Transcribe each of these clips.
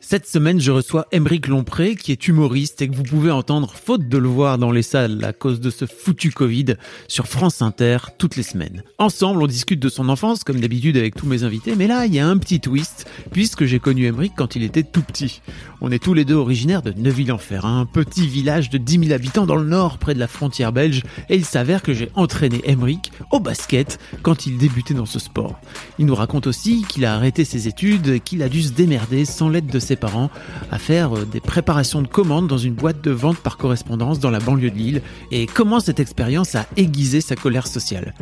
Cette semaine, je reçois Émeric Lompré, qui est humoriste et que vous pouvez entendre, faute de le voir dans les salles à cause de ce foutu Covid, sur France Inter toutes les semaines. Ensemble, on discute de son enfance, comme d'habitude avec tous mes invités, mais là, il y a un petit twist, puisque j'ai connu Émeric quand il était tout petit. On est tous les deux originaires de Neuville-en-Fer, un petit village de 10 000 habitants dans le nord, près de la frontière belge, et il s'avère que j'ai entraîné Émeric au basket quand il débutait dans ce sport. Il nous raconte aussi qu'il a arrêté ses études, et qu'il a dû se démerder sans l'aide de ses parents à faire euh, des préparations de commandes dans une boîte de vente par correspondance dans la banlieue de Lille et comment cette expérience a aiguisé sa colère sociale.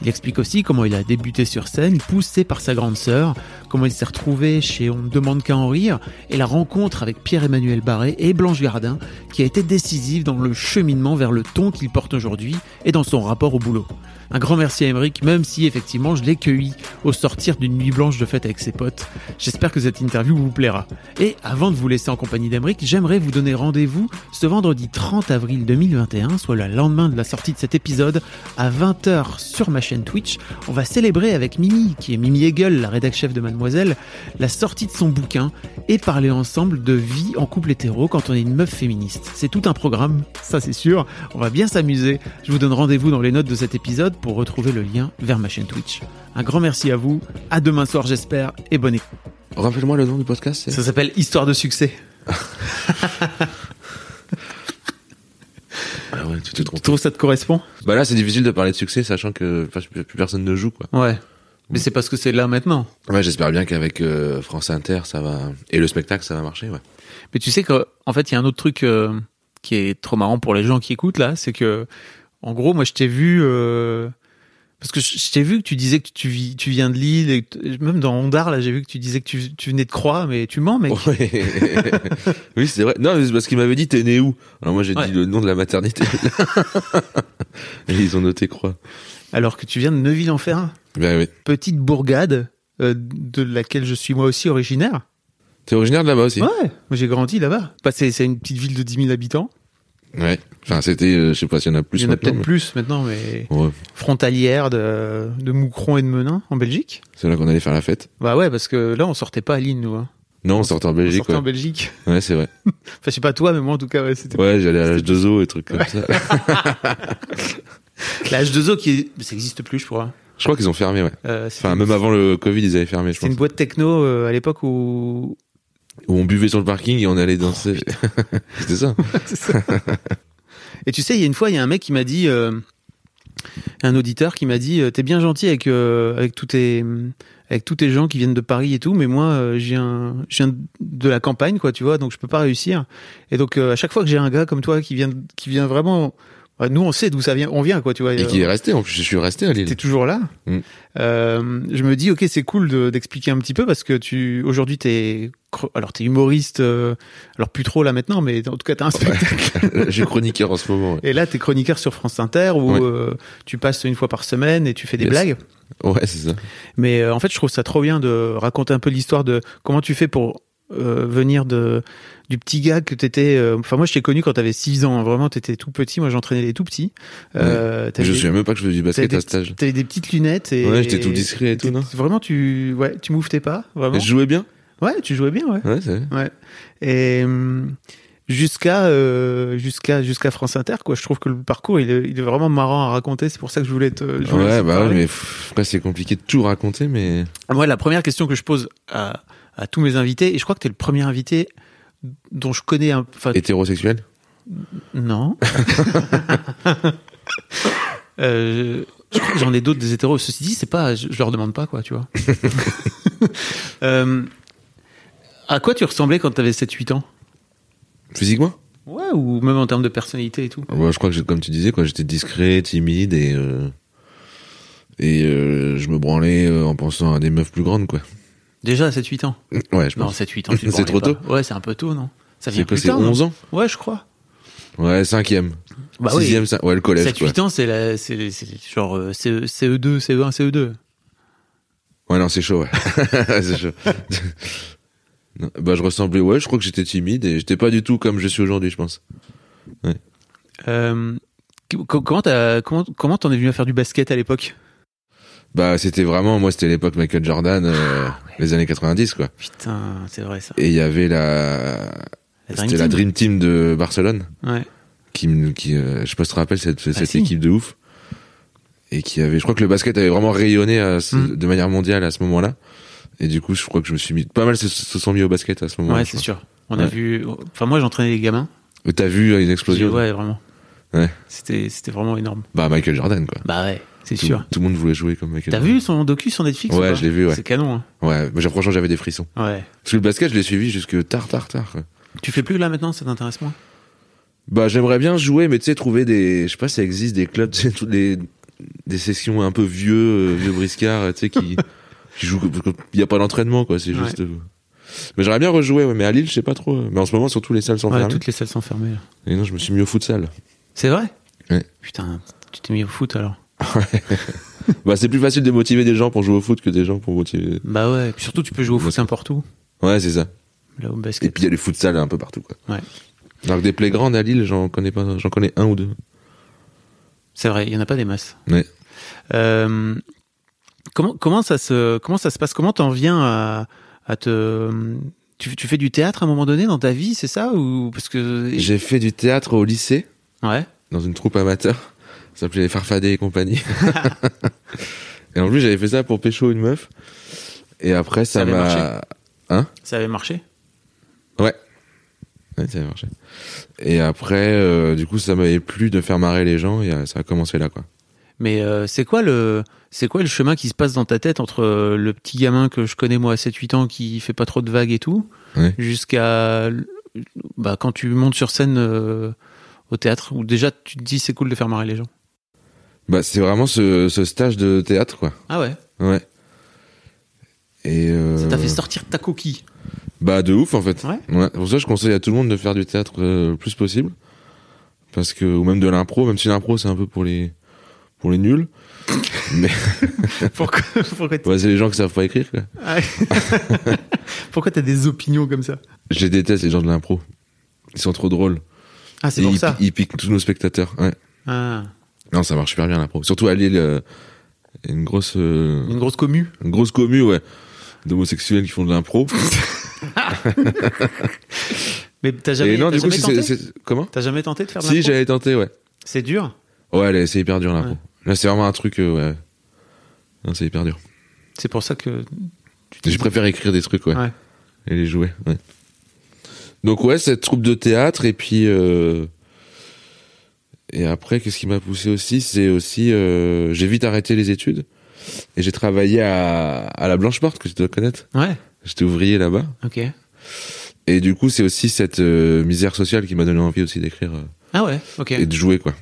Il explique aussi comment il a débuté sur scène, poussé par sa grande sœur, comment il s'est retrouvé chez On ne demande qu'à en rire et la rencontre avec Pierre-Emmanuel Barré et Blanche Gardin qui a été décisive dans le cheminement vers le ton qu'il porte aujourd'hui et dans son rapport au boulot. Un grand merci à Émeric, même si effectivement je l'ai cueilli au sortir d'une nuit blanche de fête avec ses potes. J'espère que cette interview vous plaira. Et avant de vous laisser en compagnie d'Emeric, j'aimerais vous donner rendez-vous ce vendredi 30 avril 2021, soit le lendemain de la sortie de cet épisode, à 20h sur ma chaîne Twitch. On va célébrer avec Mimi, qui est Mimi Hegel, la rédac chef de Mademoiselle, la sortie de son bouquin et parler ensemble de vie en couple hétéro quand on est une meuf féministe. C'est tout un programme, ça c'est sûr. On va bien s'amuser. Je vous donne rendez-vous dans les notes de cet épisode pour retrouver le lien vers ma chaîne Twitch. Un grand merci à vous, à demain soir j'espère, et bonne écoute. Rappelle-moi le nom du podcast. Ça s'appelle Histoire de succès. Ah ouais, tu te Tu trompes. trouves ça te correspond Bah là, c'est difficile de parler de succès, sachant que enfin, plus plus personne ne joue, quoi. Ouais. Mais c'est parce que c'est là maintenant. Ouais, j'espère bien qu'avec euh, France Inter, ça va. Et le spectacle, ça va marcher, ouais. Mais tu sais que en fait, il y a un autre truc euh, qui est trop marrant pour les gens qui écoutent là, c'est que en gros, moi, je t'ai vu euh, parce que je je t'ai vu que tu disais que tu vis, tu viens de Lille, et que t- même dans Ondar là, j'ai vu que tu disais que tu, tu venais de Croix, mais tu mens, mec. Ouais. oui, c'est vrai. Non, mais c'est parce qu'il m'avait dit, t'es né où Alors moi, j'ai Ouais. dit le nom de la maternité. Et ils ont noté croix. Alors que tu viens de Neuville-en-Ferrain, Ben oui. petite bourgade euh, de laquelle je suis moi aussi originaire. T'es originaire de là-bas aussi Ouais, moi j'ai grandi là-bas. Bah, c'est c'est une petite ville de 10 000 habitants. Ouais. Enfin, c'était, euh, je sais pas s'il y en a plus. Il y en a maintenant, peut-être plus maintenant, mais mais- Ouais. frontalière de, de Moucron et de Menin en Belgique. C'est là qu'on allait faire la fête. Bah ouais, parce que là on sortait pas à Lille, nous. Hein. Non, on sortait en On Belgique, sortait ouais. en Belgique. Ouais, c'est vrai. Enfin, je sais pas toi, mais moi en tout cas, ouais, c'était Ouais, j'allais à l'H2O et trucs comme ça. la H2O qui est- ça existe plus, je crois. Je crois qu'ils ont fermé, ouais. Euh, c'était- Enfin, même avant le Covid, ils avaient fermé, je c'était pense. une boîte techno euh, à l'époque où Où on buvait sur le parking et on allait danser. Oh, C'était ça. C'est ça. Et tu sais, il y a une fois, il y a un mec qui m'a dit, euh, un auditeur qui m'a dit, euh, t'es bien gentil avec euh, avec tous tes avec tous tes gens qui viennent de Paris et tout, mais moi, euh, je viens je viens de la campagne, quoi, tu vois, donc je peux pas réussir. Et donc euh, à chaque fois que j'ai un gars comme toi qui vient qui vient vraiment, ouais, nous on sait d'où ça vient, on vient, quoi, tu vois. Et euh, qui est resté, en plus, je suis resté à T'es Lille. toujours là. Mm. Euh, je me dis, ok, c'est cool de- d'expliquer un petit peu parce que tu aujourd'hui t'es cre- alors t'es humoriste, euh, alors plus trop là maintenant, mais en tout cas t'as un spectacle. je suis chroniqueur en ce moment. ouais. Et là, t'es chroniqueur sur France Inter où Ouais. euh, tu passes une fois par semaine et tu fais des Yes. blagues. Ouais, c'est ça. Mais euh, en fait, je trouve ça trop bien de raconter un peu l'histoire de comment tu fais pour euh, venir de du petit gars que t'étais. euh, Enfin, moi, je t'ai connu quand t'avais 6 ans. hein. Vraiment, t'étais tout petit. Moi, j'entraînais les tout petits. Euh, Je t'avais- me souviens même pas que je faisais du basket des à cet âge. T'avais des petites lunettes et. Ouais, j'étais tout discret et tout, t'étais- non Vraiment, tu, ouais, tu mouvetais pas, vraiment. Et je jouais bien Ouais, tu jouais bien, ouais. Ouais, c'est vrai. Ouais. Et hum, jusqu'à euh, jusqu'à jusqu'à France Inter, quoi. Je trouve que le parcours, il est, il est vraiment marrant à raconter. C'est pour ça que je voulais te. je voulais Ouais, te bah ouais, parler. mais pff, après, c'est compliqué de tout raconter, mais. Moi, la première question que je pose à, à tous mes invités, et je crois que t'es le premier invité dont je connais un. Enfin, Hétérosexuel non. Euh, je crois que j'en ai d'autres des hétéros. Ceci dit, c'est pas, je, je leur demande pas quoi, tu vois. Euh, à quoi tu ressemblais quand t'avais 7-8 ans Physiquement Ouais, ou même en termes de personnalité et tout. Bah, Je crois que, j'ai- comme tu disais, quoi, j'étais discret, timide et. euh, Et euh, je me branlais euh, en pensant à des meufs plus grandes, quoi. Déjà à 7-8 ans Ouais, je Non, pense. 7-8 ans, tu te C'est branles trop pas. Ouais, c'est un peu tôt, non Ça vient C'est quoi, plus c'est tard. 11 ans non ouais, je crois. Ouais, cinquième. Bah oui. Sixième, cin- ouais, le collège, quoi. 7-8 ans, c'est la- c'est c'est genre euh, CE, CE2, CE1, CE2. Ouais, non, c'est chaud, ouais. c'est chaud. Non, bah, je ressemblais, ouais, je crois que j'étais timide et j'étais pas du tout comme je suis aujourd'hui, je pense. Euh, co- comment t'as- comment comment t'en es venu à faire du basket à l'époque Bah, c'était vraiment, moi, c'était l'époque Michael Jordan, euh, Ah, les années 90, quoi. Putain, c'est vrai ça. Et il y avait la, c'était la Dream Team de Barcelone, Ouais. qui, me- qui euh, je sais pas si tu te rappelles cette, cette si. équipe de ouf. Et qui avait, je crois que le basket avait vraiment rayonné à ce- Mm. de manière mondiale à ce moment-là. Et du coup, je crois que je me suis mis, pas mal se, se sont mis au basket à ce Ouais, moment-là. je c'est crois. sûr. On a Ouais. vu. Enfin, moi, j'entraînais les gamins. Et T'as vu euh, une J'ai- explosion? Ouais, vraiment. Ouais. C'était c'était vraiment énorme. Bah, Michael Jordan, quoi. Bah ouais, c'est Tout, sûr. tout le monde voulait jouer comme Michael T'as Jordan. vu son docu sur Netflix ou Ouais, pas je l'ai vu, ouais. C'est canon. hein. Ouais, mais j'ai- franchement, j'avais des frissons. Ouais. Parce que le basket, je l'ai suivi jusque tard, tard, tard. quoi. Tu fais plus là maintenant, ça t'intéresse moins Bah, j'aimerais bien jouer, mais tu sais, trouver des. Je sais pas si ça existe des clubs, tu sais, tous les. Des sessions un peu vieux, euh, vieux briscards, tu sais, qui. qui jouent. Il n'y a pas d'entraînement, quoi, c'est Ouais. juste. euh, Mais j'aimerais bien rejouer, ouais, mais à Lille, je sais pas trop. euh, Mais en ce moment, surtout les salles sont Ouais, fermées. toutes les salles sont fermées. là. Et non, je me suis mis au futsal. C'est vrai Ouais. Putain, tu t'es mis au foot alors. Bah, c'est plus facile de motiver des gens pour jouer au foot que des gens pour motiver. Bah ouais, et puis surtout tu peux jouer au foot Basket. n'importe où, Ouais, c'est ça. là au Et basket. puis, il y a le futsal un peu partout, quoi. Ouais. Alors que des playgrounds à Lille, j'en connais pas, j'en connais un ou deux. C'est vrai, il y en a pas des masses. Ouais. Euh, comment comment ça se comment ça se passe Comment t'en viens à, à te tu, tu fais du théâtre à un moment donné dans ta vie, c'est ça ou parce que J'ai fait du théâtre au lycée, ouais dans une troupe amateur. Ça s'appelait les Farfadets et compagnie. et en plus, j'avais fait ça pour pécho une meuf. Et après, Ça ça avait m'a. marché ça avait marché Ouais, ça avait marché. Et après, euh, du coup, ça m'avait plu de faire marrer les gens et euh, ça a commencé là, quoi. Mais euh, c'est quoi le c'est quoi le chemin qui se passe dans ta tête entre euh, le petit gamin que je connais moi à 7 8 ans qui fait pas trop de vagues et tout Ouais. jusqu'à l- bah, quand tu montes sur scène euh, au théâtre où déjà tu te dis c'est cool de faire marrer les gens. Bah, c'est vraiment ce, ce stage de théâtre, quoi. Ah ouais, Ouais. Et. euh, ça t'a fait sortir ta coquille. Bah de ouf en fait. Ouais. Pour ça je conseille à tout le monde de faire du théâtre euh, le plus possible parce que ou même de l'impro, même si l'impro c'est un peu pour les pour les nuls. Pourquoi pourquoi t'es- Ouais, c'est les gens qui savent pas écrire quoi. Ah. pourquoi t'as des opinions comme ça Je les déteste les gens de l'impro. Ils sont trop drôles. Ah c'est Et pour ils, ça. ils piquent tous nos spectateurs. Ouais. Ah, Non, ça marche super bien l'impro. Surtout à Lille euh, il y a une grosse euh, une grosse commu. une grosse commu ouais d'homosexuels qui font de l'impro. Mais t'as jamais Et non, t'as du coup jamais c'est tenté c'est- c'est- comment T'as jamais tenté de faire de Si, l'impro j'avais tenté ouais. C'est dur. Ouais, allez, c'est hyper dur l'impro. Ouais. Là, c'est vraiment un truc euh, ouais. Non, c'est hyper dur. C'est pour ça que Je préfère écrire des trucs, ouais. Ouais. Et les jouer, ouais. Donc ouais, cette troupe de théâtre, et puis... euh, Et après, qu'est-ce qui m'a poussé aussi C'est aussi... euh, J'ai vite arrêté les études, et j'ai travaillé à, à la Blanche-Porte, que tu dois connaître. Ouais, J'étais ouvrier là-bas. OK. Et du coup, c'est aussi cette euh, misère sociale qui m'a donné envie aussi d'écrire euh, Ah ouais, OK. et de jouer, quoi.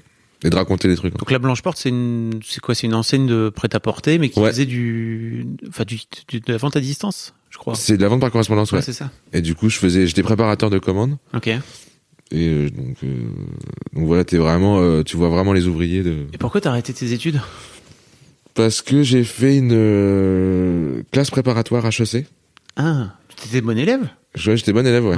Et de raconter des trucs. hein. Donc la Blanche Porte, c'est une, c'est quoi C'est une enseigne de prêt-à-porter, mais qui Ouais. faisait du, enfin du, du- de la vente à distance, je crois. C'est de la vente par correspondance, ouais. Ouais, c'est ça. et du coup, je faisais, j'étais préparateur de commandes. Ok. Et Et euh, donc, euh, donc voilà, t'es vraiment, euh, tu vois vraiment les ouvriers de, pourquoi t'as arrêté tes études Parce que j'ai fait une euh, classe préparatoire HEC. Ah, tu t'es t'étais bon élève Je- ouais, J'étais bon élève, ouais.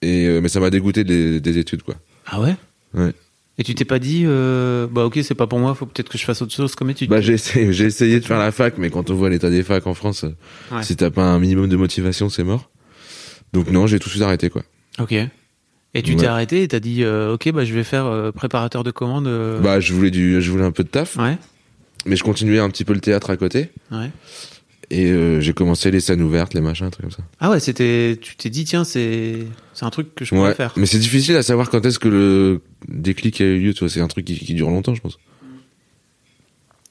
Et, euh, mais ça m'a dégoûté des, des études, quoi. Ah ouais Ouais. Et tu t'es pas dit, euh, bah ok, c'est pas pour moi, faut peut-être que je fasse autre chose comme étude Bah, j'ai essayé, j'ai essayé de faire la fac, mais quand on voit l'état des facs en France, euh, Ouais. si t'as pas un minimum de motivation, c'est mort. Donc non, j'ai tout de suite arrêté, quoi. Ok. Et tu Ouais. t'es arrêté et t'as dit, euh, ok, bah je vais faire euh, préparateur de commandes. euh, Bah, je voulais du, je voulais un peu de taf, Ouais, mais je continuais un petit peu le théâtre à côté. ouais. Et euh, j'ai commencé les scènes ouvertes, les machins, un truc comme ça. Ah ouais, c'était, tu t'es dit, tiens, c'est, c'est un truc que je pourrais Ouais. faire. Mais c'est difficile à savoir quand est-ce que le déclic a eu lieu, tu vois. C'est un truc qui, qui dure longtemps, je pense.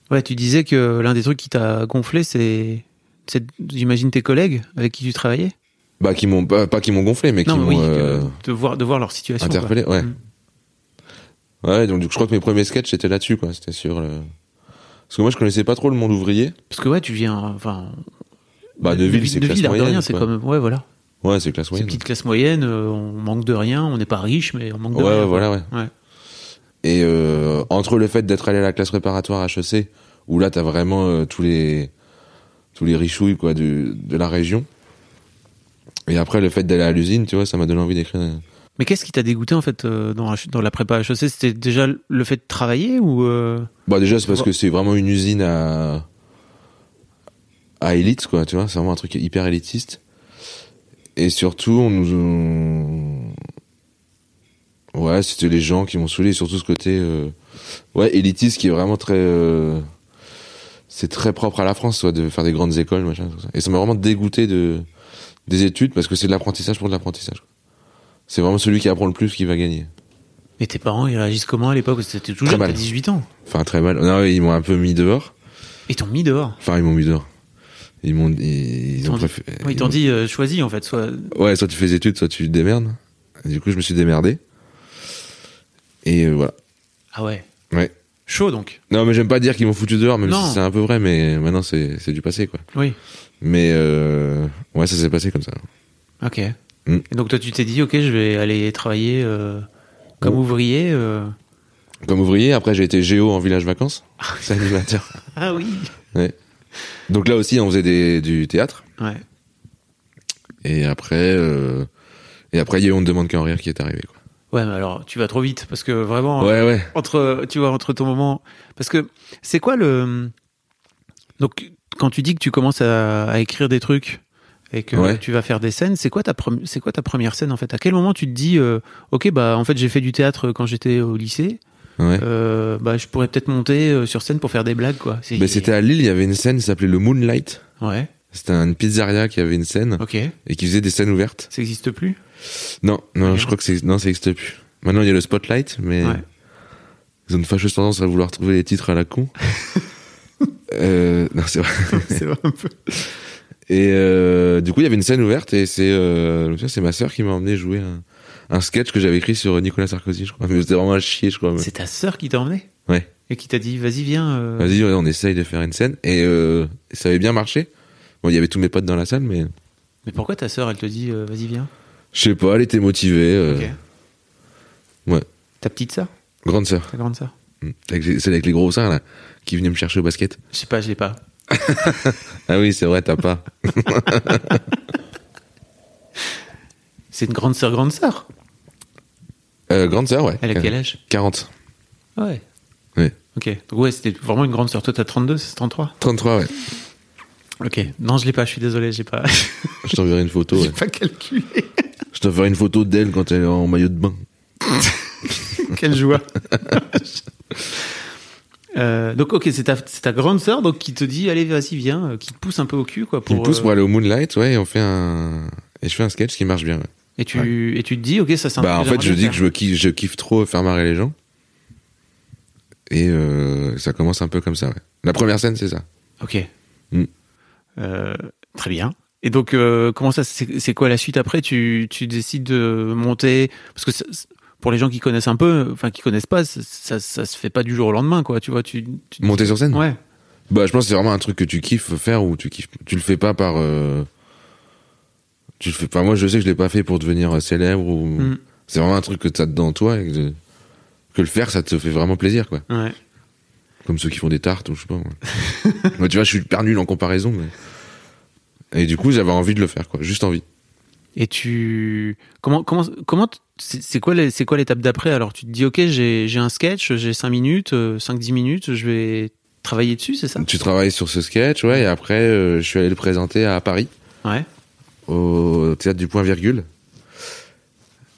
Ouais, tu disais que l'un des trucs qui t'a gonflé, c'est, c'est, j'imagine tes collègues avec qui tu travaillais. Bah, qui m'ont, pas, pas qui m'ont gonflé, mais qui non, mais m'ont oui, euh, que- de voir, de voir leur situation. quoi. interpellé, ouais. Mm. Ouais, donc du coup, je crois que mes premiers sketchs étaient là-dessus, quoi. C'était sur le- Parce que moi, je connaissais pas trop le monde ouvrier. Parce que ouais, tu viens, enfin. Bah, de ville, c'est de classe ville, l'air de moyenne, rien, c'est quoi. comme, ouais, voilà. Ouais, c'est classe C'est moyenne. petite classe moyenne, euh, on manque de rien, on n'est pas riche, mais on manque de Ouais, rien. ouais, quoi. voilà, ouais. Ouais. Et euh, entre le fait d'être allé à la classe préparatoire HEC, où là t'as vraiment euh, tous les tous les richouilles quoi du- de la région, et après le fait d'aller à l'usine, tu vois, ça m'a donné envie d'écrire. Mais qu'est-ce qui t'a dégoûté en fait euh, dans, H- dans la prépa HEC C'était déjà le fait de travailler ou euh, Bah déjà c'est parce que c'est vraiment une usine à à élite quoi, tu vois, c'est vraiment un truc hyper élitiste. Et surtout on nous on- ouais c'était les gens qui m'ont saoulé, et surtout ce côté euh, ouais élitiste qui est vraiment très euh, c'est très propre à la France quoi, de faire des grandes écoles machin tout ça. Et ça m'a vraiment dégoûté de des études parce que c'est de l'apprentissage pour de l'apprentissage. quoi. C'est vraiment celui qui apprend le plus qui va gagner. Mais tes parents, ils réagissent comment à l'époque C'était tout Très jeune, mal. t'as 18 ans. Enfin très mal. Non, ils m'ont un peu mis dehors. Ils t'ont mis dehors. Enfin, ils m'ont mis dehors. Ils m'ont, ils, Ils ont t'ont dit- préféré- Ouais, ils t'ont dit, euh, choisis en fait. Soit... Ouais, soit tu fais des études, soit tu te démerdes. Et du coup, je me suis démerdé. Et euh, voilà. Ah ouais. Ouais. Chaud donc. Non, mais j'aime pas dire qu'ils m'ont foutu dehors, même Non. si c'est un peu vrai, mais maintenant c'est, c'est du passé, quoi. Oui. Mais euh, ouais, ça s'est passé comme ça. Ok. Mm. Et donc toi, tu t'es dit, ok, je vais aller travailler euh, comme ouvrier. euh. Comme ouvrier, après j'ai été géo en village vacances. c'est animateur. Ah oui. Ouais. Donc là aussi, on faisait des, du théâtre. Ouais. Et après, euh, et après, il y a eu On ne demande qu'à en rire qui est arrivé, quoi. Ouais, mais alors tu vas trop vite parce que vraiment. Ouais, ouais. entre tu vois entre ton moment parce que c'est quoi le donc quand tu dis que tu commences à, à écrire des trucs et que Ouais. tu vas faire des scènes c'est quoi ta premi- c'est quoi ta première scène en fait à quel moment tu te dis euh, ok bah en fait j'ai fait du théâtre quand j'étais au lycée ouais. euh, bah je pourrais peut-être monter euh, sur scène pour faire des blagues quoi C'est- Mais Bah, c'était à Lille, il y avait une scène qui s'appelait le Moonlight. ouais C'était une pizzeria qui avait une scène ok et qui faisait des scènes ouvertes. ça existe plus Non, non, Ok. je crois que c'est non, ça existe plus. Maintenant, il y a le Spotlight, mais Ouais. ils ont une fâcheuse tendance à vouloir trouver les titres à la con. Euh, non, c'est vrai. c'est vrai un peu Et euh, du coup, il y avait une scène ouverte et c'est euh, tu vois, c'est ma sœur qui m'a emmené jouer un, un sketch que j'avais écrit sur Nicolas Sarkozy, je crois. Mais c'était vraiment à chier, je crois. mais- c'est ta sœur qui t'a emmené Ouais. et qui t'a dit vas-y viens euh, Vas-y, ouais, on essaye de faire une scène et euh, ça avait bien marché. Bon, il y avait tous mes potes dans la salle, mais mais pourquoi ta sœur elle te dit euh, vas-y viens je sais pas, elle était motivée. euh, Ok. ouais. ta petite sœur Grande sœur. ta grande sœur Mm. Avec- Celle avec les gros seins, là, qui venait me chercher au basket. je sais pas je l'ai pas Ah oui, c'est vrai, t'as pas. C'est une grande sœur, grande sœur. Euh, grande sœur, ouais. Elle a quel âge 40. Ouais. Ouais. Ok. Donc ouais, c'était vraiment une grande sœur. Toi, t'as 32, c'est 33 33, ouais. Ok. Non, je l'ai pas, je suis désolé, je l'ai pas, Je t'enverrai une photo. j'ai ouais. pas calculé. Je t'enverrai une photo d'elle quand elle est en maillot de bain. Quelle joie. Euh, donc ok, c'est ta, c'est ta grande sœur donc qui te dit allez vas-y viens, euh, qui te pousse un peu au cul quoi Qui pour. me pousse euh, pour aller au Moonlight, ouais, et on fait un. Et je fais un sketch qui marche bien. ouais. et tu et tu te dis ok ça c'est. un Bah, en truc fait, je j'aimerais dis bien que je kiffe, je kiffe trop faire marrer les gens. Et euh, ça commence un peu comme ça, ouais. La première scène, c'est ça. faire. Ok. Mm. Euh, très bien. Et donc euh, comment ça c'est c'est quoi la suite après tu tu décides de monter parce que ça- pour les gens qui connaissent un peu enfin qui connaissent pas ça, ça, ça se fait pas du jour au lendemain quoi tu vois tu, tu- Monter sur scène ouais Bah, je pense que c'est vraiment un truc que tu kiffes faire ou tu kiffes. Tu le fais pas par. euh, Tu le fais. Enfin, moi, je sais que je l'ai pas fait pour devenir euh, célèbre ou. Mm. C'est vraiment un truc que t'as dedans toi et que, que le faire, ça te fait vraiment plaisir, quoi. ouais Comme ceux qui font des tartes ou je sais pas. Moi, Moi, tu vois, je suis hyper nul en comparaison, mais. Et du coup, j'avais envie de le faire, quoi. Juste envie. Et tu comment comment comment t- c'est c'est quoi les- c'est quoi l'étape d'après Alors tu te dis ok j'ai j'ai un sketch, j'ai 5 minutes, 5 10 minutes, je vais travailler dessus, c'est ça Tu travailles sur ce sketch, ouais, et après, euh, je suis allé le présenter à Paris, Ouais. au théâtre du Point Virgule.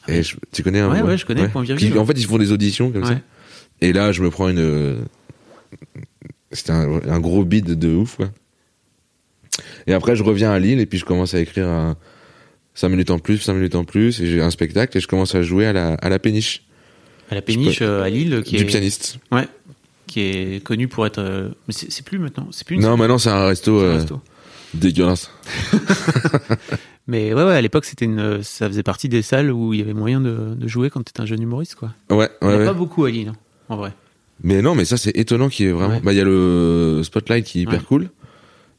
Et je- tu connais un Ah Ouais, ouais, je connais le Point Virgule, Qui- en fait, ils font des auditions comme ça. Ouais. Et là, je me prends une. C'était un, un gros bid de ouf, quoi. Et après, je reviens à Lille et puis je commence à écrire un 5 minutes en plus, 5 minutes en plus, et j'ai un spectacle et je commence à jouer à la, à la péniche À la péniche Je peux- euh, à Lille qui du est pianiste. ouais qui est connu pour être euh, mais c'est c'est plus maintenant, c'est plus une Non, maintenant, c'est un resto, c'est un euh, resto. dégueulasse. Mais ouais, ouais, à l'époque, c'était une, ça faisait partie des salles où il y avait moyen de, de jouer quand t'étais un jeune humoriste, quoi. Ouais, Il y en ouais, a ouais. pas beaucoup à Lille, hein, en vrai. Mais non, mais ça, c'est étonnant qu'il y ait vraiment. Ouais. Bah, il y a le Spotlight qui est hyper Ouais. cool.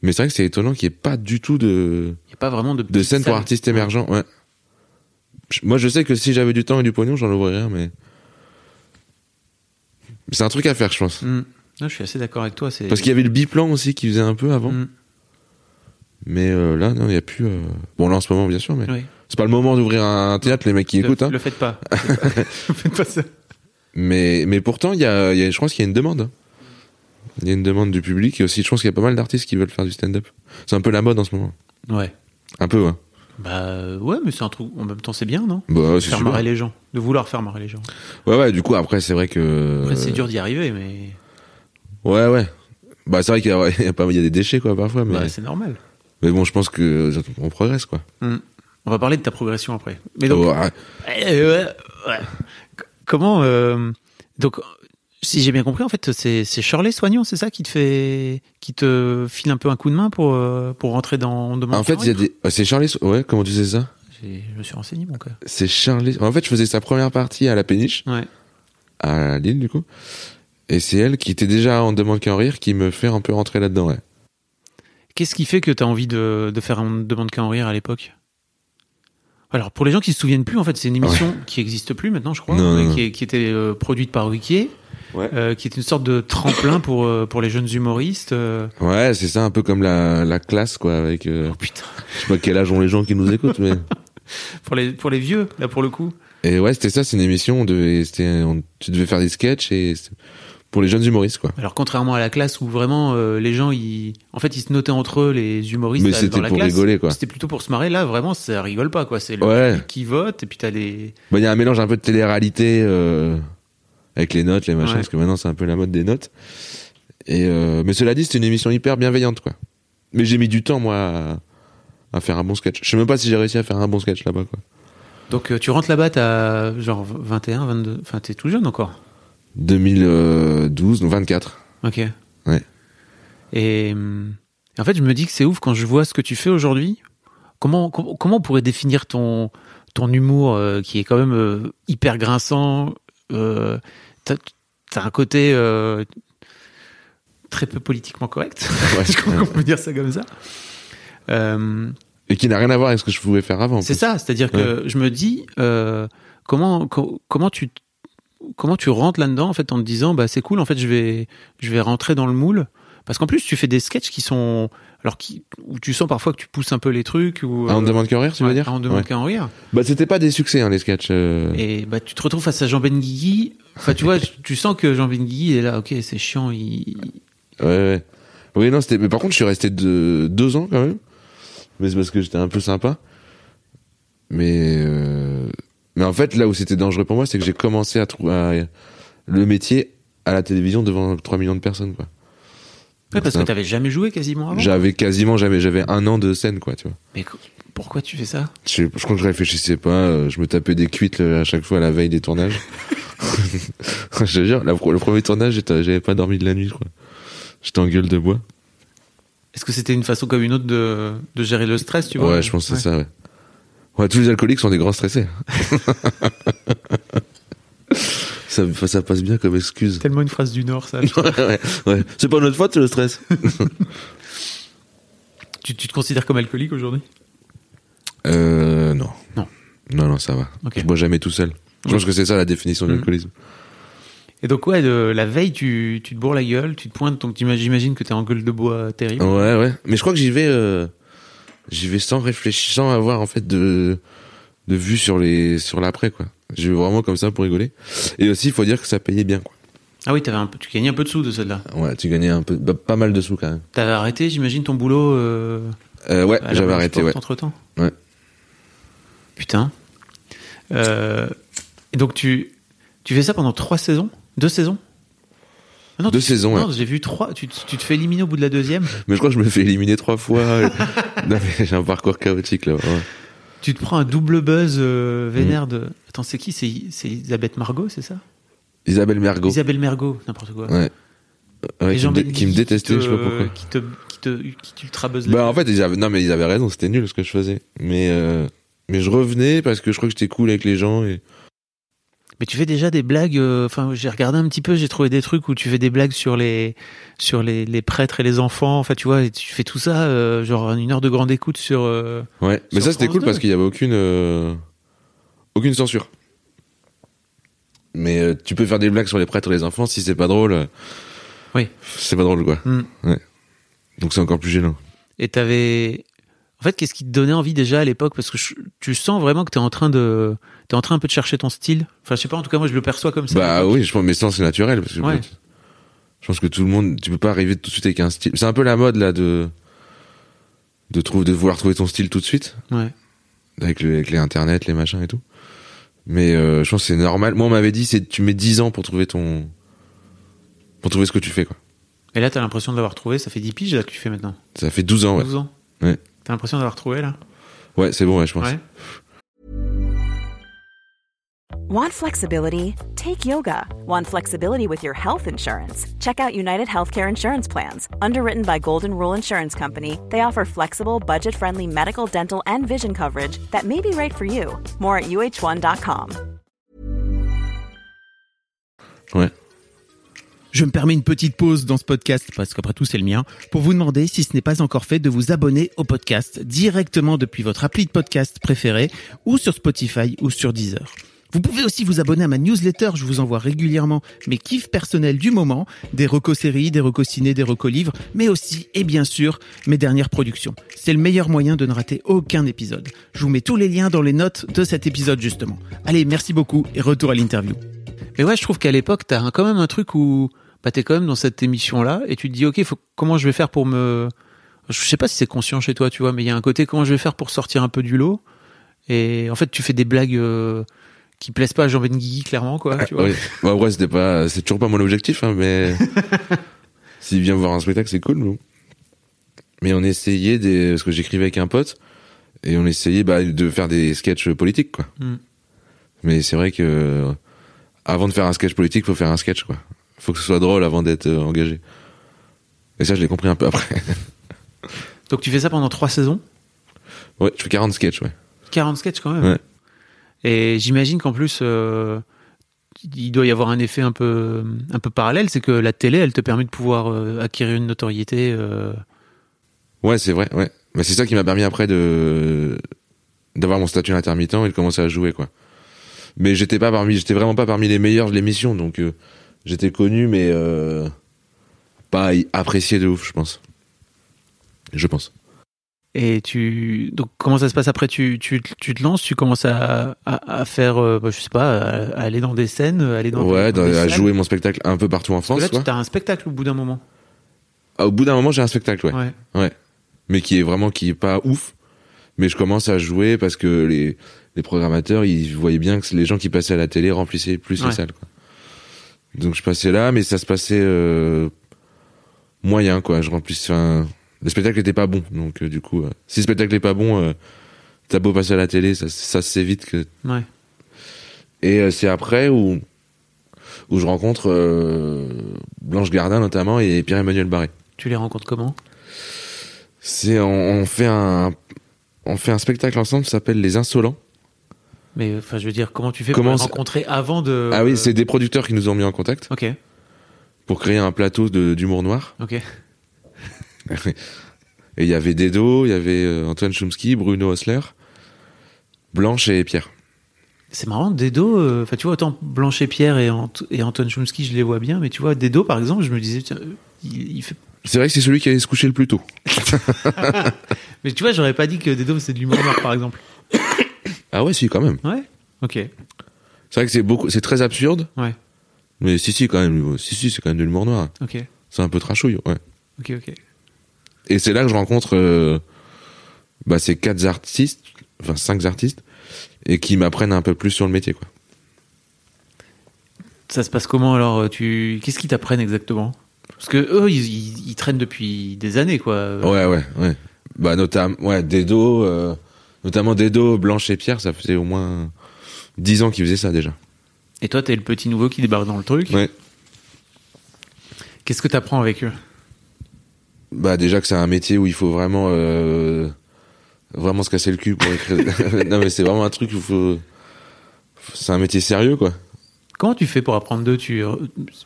Mais c'est vrai que c'est étonnant qu'il n'y ait pas du tout de, Il y a pas vraiment de de petites scène pour salles. artistes émergents. Ouais. Je- Moi, je sais que si j'avais du temps et du pognon, j'en ouvrirais, un, mais. C'est un truc à faire, je pense. Mm. Non, je suis assez d'accord avec toi. C'est Parce qu'il y avait le biplan aussi qui faisait un peu avant. Mm. Mais euh, là, non, il n'y a plus. euh, Bon, là, en ce moment, bien sûr, mais. Oui. C'est pas le moment d'ouvrir un théâtre, les mecs qui Le- écoutent. Hein. Le faites pas. faites pas ça. Mais, mais pourtant, il y a, il y a- je pense qu'il y a une demande. hein. Il y a une demande du public et aussi, je pense qu'il y a pas mal d'artistes qui veulent faire du stand-up. C'est un peu la mode en ce moment. Ouais. Un peu, ouais. Bah euh, ouais, mais c'est un truc. En même temps, c'est bien, non Bah, c'est Faire super. marrer les gens, de vouloir faire marrer les gens. Ouais, ouais, du coup, après, c'est vrai que. Après, c'est dur d'y arriver, mais Ouais, ouais. Bah, c'est vrai qu'il y, a- il y a pas- il y a des déchets, quoi, parfois, mais, bah, c'est normal. mais bon, je pense que euh, on progresse, quoi. Mm. On va parler de ta progression après. Mais donc, Oh, ah, Ouais, Eh, ouais, ouais. C- Comment euh, donc si j'ai bien compris en fait c'est c'est Shirley Soignon c'est ça qui te fait qui te file un peu un coup de main pour euh, pour rentrer dans On demande en fait, il y a Carré des. euh, C'est Charlie. Ouais, comment tu sais ça J'ai- je me suis renseigné mon gars. C'est Charlie. En fait, je faisais sa première partie à la péniche, Ouais. à Lille, du coup. Et c'est elle qui était déjà en demande qu'à en rire qui me fait un peu rentrer là-dedans, ouais. Qu'est-ce qui fait que tu as envie de, de faire On ne demande qu'à en rire à l'époque Alors pour les gens qui se souviennent plus en fait c'est une émission qui existe plus maintenant je crois Non, mais non, qui, est- qui était euh, produite par Ruquier Ouais. euh, qui est une sorte de tremplin pour euh, pour les jeunes humoristes euh. Ouais, c'est ça, un peu comme la, la classe, quoi, avec, euh, oh putain je sais pas quel âge ont les gens qui nous écoutent, mais. pour les pour les vieux là pour le coup Et ouais, c'était ça, c'est une émission, on devait- c'était- on- tu devais faire des sketchs et c'était pour les jeunes humoristes, quoi. Alors contrairement à la classe où vraiment euh, les gens ils en fait ils se notaient entre eux les humoristes Mais dans c'était la pour classe. rigoler, quoi. C'était plutôt pour se marrer là vraiment ça rigole pas quoi c'est le Ouais. public qui vote et puis t'as les Bah, il y a un mélange un peu de télé-réalité, euh, avec les notes, les machins, Ouais. parce que maintenant c'est un peu la mode des notes. Et, euh, mais cela dit, c'était une émission hyper bienveillante, quoi. Mais j'ai mis du temps, moi, à, à faire un bon sketch. Je sais même pas si j'ai réussi à faire un bon sketch là-bas, quoi. donc euh, tu rentres là-bas t'as genre 21 22 enfin t'es tout jeune encore 2012, non, 24. ok Ouais. et euh, en fait je me dis que c'est ouf quand je vois ce que tu fais aujourd'hui comment com- comment on pourrait définir ton ton humour euh, qui est quand même euh, hyper grinçant euh, t'as t'as un côté euh, très peu politiquement correct Ouais. Je crois qu'on peut dire ça comme ça. Euh, et qui n'a rien à voir avec ce que je pouvais faire avant. en c'est plus. ça, c'est-à-dire que je me dis euh, comment co- comment tu comment tu rentres là-dedans en fait en te disant bah c'est cool en fait je vais je vais rentrer dans le moule parce qu'en plus tu fais des sketchs qui sont alors qui où tu sens parfois que tu pousses un peu les trucs ou Ah, on euh, demande qu'à en rire, tu ouais, veux dire ah, on demande Ouais. qu'à en rire Bah, c'était pas des succès, hein, les sketchs. euh. et bah tu te retrouves face à Jean Benguigui enfin tu vois tu sens que Jean Benguigui est là ok c'est chiant il Ouais, ouais. Oui, non, c'était. Mais par contre, je suis resté de... deux ans quand même. Mais c'est parce que j'étais un peu sympa. Mais. euh, Mais en fait, là où c'était dangereux pour moi, c'est que j'ai commencé à trouver à- le métier à la télévision devant 3 millions de personnes, quoi. ouais, parce C'est que un- t'avais jamais joué quasiment avant J'avais quasiment jamais. J'avais un an de scène, quoi, tu vois. mais co- pourquoi tu fais ça Je, je crois que je réfléchissais pas. euh, Je me tapais des cuites euh, à chaque fois à la veille des tournages. je te jure, la pro- le premier tournage, j'étais- j'avais pas dormi de la nuit, je crois. J'étais en gueule de bois. Est-ce que c'était une façon comme une autre de, de gérer le stress, tu vois Ouais, je pense que c'est ça, ouais. Ouais, tous les alcooliques sont des grands stressés. ça, ça passe bien comme excuse. Tellement une phrase du Nord, ça. ouais, ouais. C'est pas notre faute, c'est le stress. tu, tu te considères comme alcoolique aujourd'hui Euh, non. Non. Non, non, ça va. Ok. Je bois jamais tout seul. Je pense que c'est ça la définition de Mhm. l'alcoolisme. Et donc, ouais, de- la veille, tu, tu te bourres la gueule, tu te pointes, donc t'imag- j'imagine que t'es en gueule de bois terrible. Ouais, ouais. Mais je crois que j'y vais, euh, j'y vais sans réfléchir, sans avoir en fait de de vue sur les sur l'après quoi. J'y vais vraiment comme ça pour rigoler. Et aussi, il faut dire que ça payait bien quoi. Ah oui, avais un peu, tu gagnais un peu de sous de celle-là. Ouais, tu gagnais un peu, bah, pas mal de sous quand même. T'avais arrêté, j'imagine, ton boulot. euh, Euh, ouais, à la j'avais Pôle arrêté, Sport ouais. Entre-temps Ouais. Putain. Euh, et donc, tu, tu fais ça pendant trois saisons Deux saisons Ah non, Deux tu- saisons, Non, ouais. j'ai vu trois. Tu, te- tu te fais éliminer au bout de la deuxième. Mais je crois que je me fais éliminer trois fois. non, mais j'ai un parcours chaotique là. ouais. Tu te prends un double buzz euh, Mm. vénère de. Attends, c'est qui C'est c'est Elisabeth Margot, c'est ça Isabelle Mergo. Isabelle Mergot, n'importe quoi. Ouais. Ouais, Et qui, Jean me dé- Benguigui qui me qui détestait, te- je sais pas pourquoi. Qui te, qui te, qui t'ultra buzz Bah, en fait, ils avaient, non, mais ils avaient raison, c'était nul ce que je faisais. Mais, euh, mais je revenais parce que je crois que j'étais cool avec les gens et. Mais tu fais déjà des blagues. euh, Enfin, j'ai regardé un petit peu, j'ai trouvé des trucs où tu fais des blagues sur les sur les, les prêtres et les enfants. Enfin, tu vois, et tu fais tout ça, euh, genre une heure de grande écoute sur. euh, Ouais. Mais Sur ça, c'était France cool 2. parce qu'il y avait aucune, euh, aucune censure. Mais euh, tu peux faire des blagues sur les prêtres et les enfants si c'est pas drôle. euh, Oui. C'est pas drôle, quoi. Hmm. Ouais. Donc c'est encore plus gênant. Et t'avais. En fait, qu'est-ce qui te donnait envie déjà à l'époque Parce que je- tu sens vraiment que t'es en train de t'es en train un peu de chercher ton style. Enfin, je sais pas. En tout cas, moi, je le perçois comme ça. Bah oui, je pense, mais ça c'est naturel. Parce que Ouais. Je pense que tout le monde, tu peux pas arriver tout de suite avec un style. C'est un peu la mode là de de trouver, de vouloir trouver ton style tout de suite Ouais. avec, le- avec les internet, les machins et tout. Mais euh, je pense que c'est normal. Moi, on m'avait dit, c'est tu mets 10 ans pour trouver ton pour trouver ce que tu fais quoi. Et là, t'as l'impression de l'avoir trouvé. Ça fait 10 piges là que tu fais maintenant. Ça fait 12 ans, ouais. 12 ans. Ouais. T'as l'impression d'avoir trouvé là. Ouais, c'est bon, ouais, je pense. Ouais. Want flexibility? Take yoga. Want flexibility with your health insurance? Check out United Healthcare Insurance Plans. Underwritten by Golden Rule Insurance Company, they offer flexible, budget friendly medical, dental, and vision coverage that may be right for you. More at uh1.com. Ouais. Je me permets une petite pause dans ce podcast, parce qu'après tout c'est le mien, pour vous demander, si ce n'est pas encore fait, de vous abonner au podcast directement depuis votre appli de podcast préférée, ou sur Spotify ou sur Deezer. Vous pouvez aussi vous abonner à ma newsletter, je vous envoie régulièrement mes kiffs personnels du moment, des recos séries, des recos ciné, des recos livres, mais aussi, et bien sûr, mes dernières productions. C'est le meilleur moyen de ne rater aucun épisode. Je vous mets tous les liens dans les notes de cet épisode justement. Allez, merci beaucoup et retour à l'interview. Mais ouais, je trouve qu'à l'époque, t'as un- quand même un truc où bah, t'es quand même dans cette émission-là et tu te dis, ok, faut, comment je vais faire pour me. Je sais pas si c'est conscient chez toi, tu vois, mais il y a un côté comment je vais faire pour sortir un peu du lot. Et en fait, tu fais des blagues euh, qui plaisent pas à Jean Benguigui, clairement, quoi. tu vois. Ouais. Bah, en vrai, c'était pas, c'est toujours pas mon objectif, hein, mais s'il vient me voir un spectacle, c'est cool. Mais, mais on essayait des, parce que j'écrivais avec un pote, et on essayait bah, de faire des sketchs politiques, quoi. Mm. Mais c'est vrai que euh, avant de faire un sketch politique, faut faire un sketch, quoi. Faut que ce soit drôle avant d'être euh, engagé. Et ça, je l'ai compris un peu après. Donc tu fais ça pendant trois saisons, ouais, je fais 40 sketchs, ouais. 40 sketchs quand même. Ouais. Et j'imagine qu'en plus, euh, il doit y avoir un effet un peu, un peu parallèle, c'est que la télé, elle te permet de pouvoir euh, acquérir une notoriété. euh, Ouais, c'est vrai, ouais. Mais c'est ça qui m'a permis après de d'avoir mon statut intermittent et de commencer à jouer quoi. Mais j'étais pas parmi j'étais vraiment pas parmi les meilleurs de l'émission donc euh, j'étais connu mais euh, pas y- apprécié de ouf, je pense. Je pense. Et tu donc comment ça se passe après tu, tu, tu te lances, tu commences à, à, à faire euh, bah, je sais pas à, à aller dans des scènes, à aller dans ouais, dans dans- des à salles. jouer mon spectacle un peu partout en Parce France que là quoi. tu as un spectacle au bout d'un moment. Ah, Au bout d'un moment, j'ai un spectacle ouais. Ouais. mais qui est vraiment qui est pas ouf. Mais je commence à jouer parce que les les programmateurs ils voyaient bien que les gens qui passaient à la télé remplissaient plus Ouais. les salles. Quoi. Donc je passais là, mais ça se passait euh, moyen quoi. Je remplissais. enfin, Le spectacle était pas bon, donc euh, du coup, euh, si le spectacle est pas bon, euh, t'as beau passer à la télé, ça ça se sait vite que Ouais. et euh, c'est après où, où je rencontre euh, Blanche Gardin notamment et Pierre-Emmanuel Barré. Tu les rencontres comment C'est on, on fait un on fait un spectacle ensemble, ça s'appelle Les Insolents. Mais enfin je veux dire comment tu fais pour Comment les ça- rencontrer avant de Ah oui, c'est des producteurs qui nous ont mis en contact OK. pour créer un plateau de- d'humour noir. OK. Et il y avait Dedo, il y avait euh, Antoine Chomsky, Bruno Hosler, Blanche et Pierre. C'est marrant Dedo euh, enfin tu vois autant Blanchet Pierre et, Ant- et Antoine Chomsky, je les vois bien mais tu vois Dedo par exemple, je me disais tiens, euh, il, il fait C'est vrai que c'est celui qui allait se coucher le plus tôt. Mais tu vois, j'aurais pas dit que Dedo c'est de l'humour noir par exemple. Ah ouais, si, quand même. Ouais Ok. C'est vrai que c'est beaucoup, c'est très absurde, Ouais. mais si, si, quand même. Si, si, c'est quand même de l'humour noir. Ok. C'est un peu trashouille, ouais. Ok, ok. Et c'est là que je rencontre euh, bah, ces quatre artistes, enfin cinq artistes, et qui m'apprennent un peu plus sur le métier. Quoi. Ça se passe comment alors euh, tu... Qu'est-ce qu'ils t'apprennent exactement Parce que eux, ils, ils- ils traînent depuis des années, quoi. Ouais, ouais, ouais. Bah, notamment, ouais, Dedo, euh, notamment Dedo, Blanche et Pierre, ça faisait au moins dix ans qu'ils faisaient ça déjà. Et toi, t'es le petit nouveau qui débarque dans le truc. Ouais. Qu'est-ce que t'apprends avec eux Bah, déjà que c'est un métier où il faut vraiment, euh, vraiment se casser le cul pour écrire. non, mais c'est vraiment un truc où faut. C'est un métier sérieux, quoi. Comment tu fais pour apprendre d'eux tu... euh,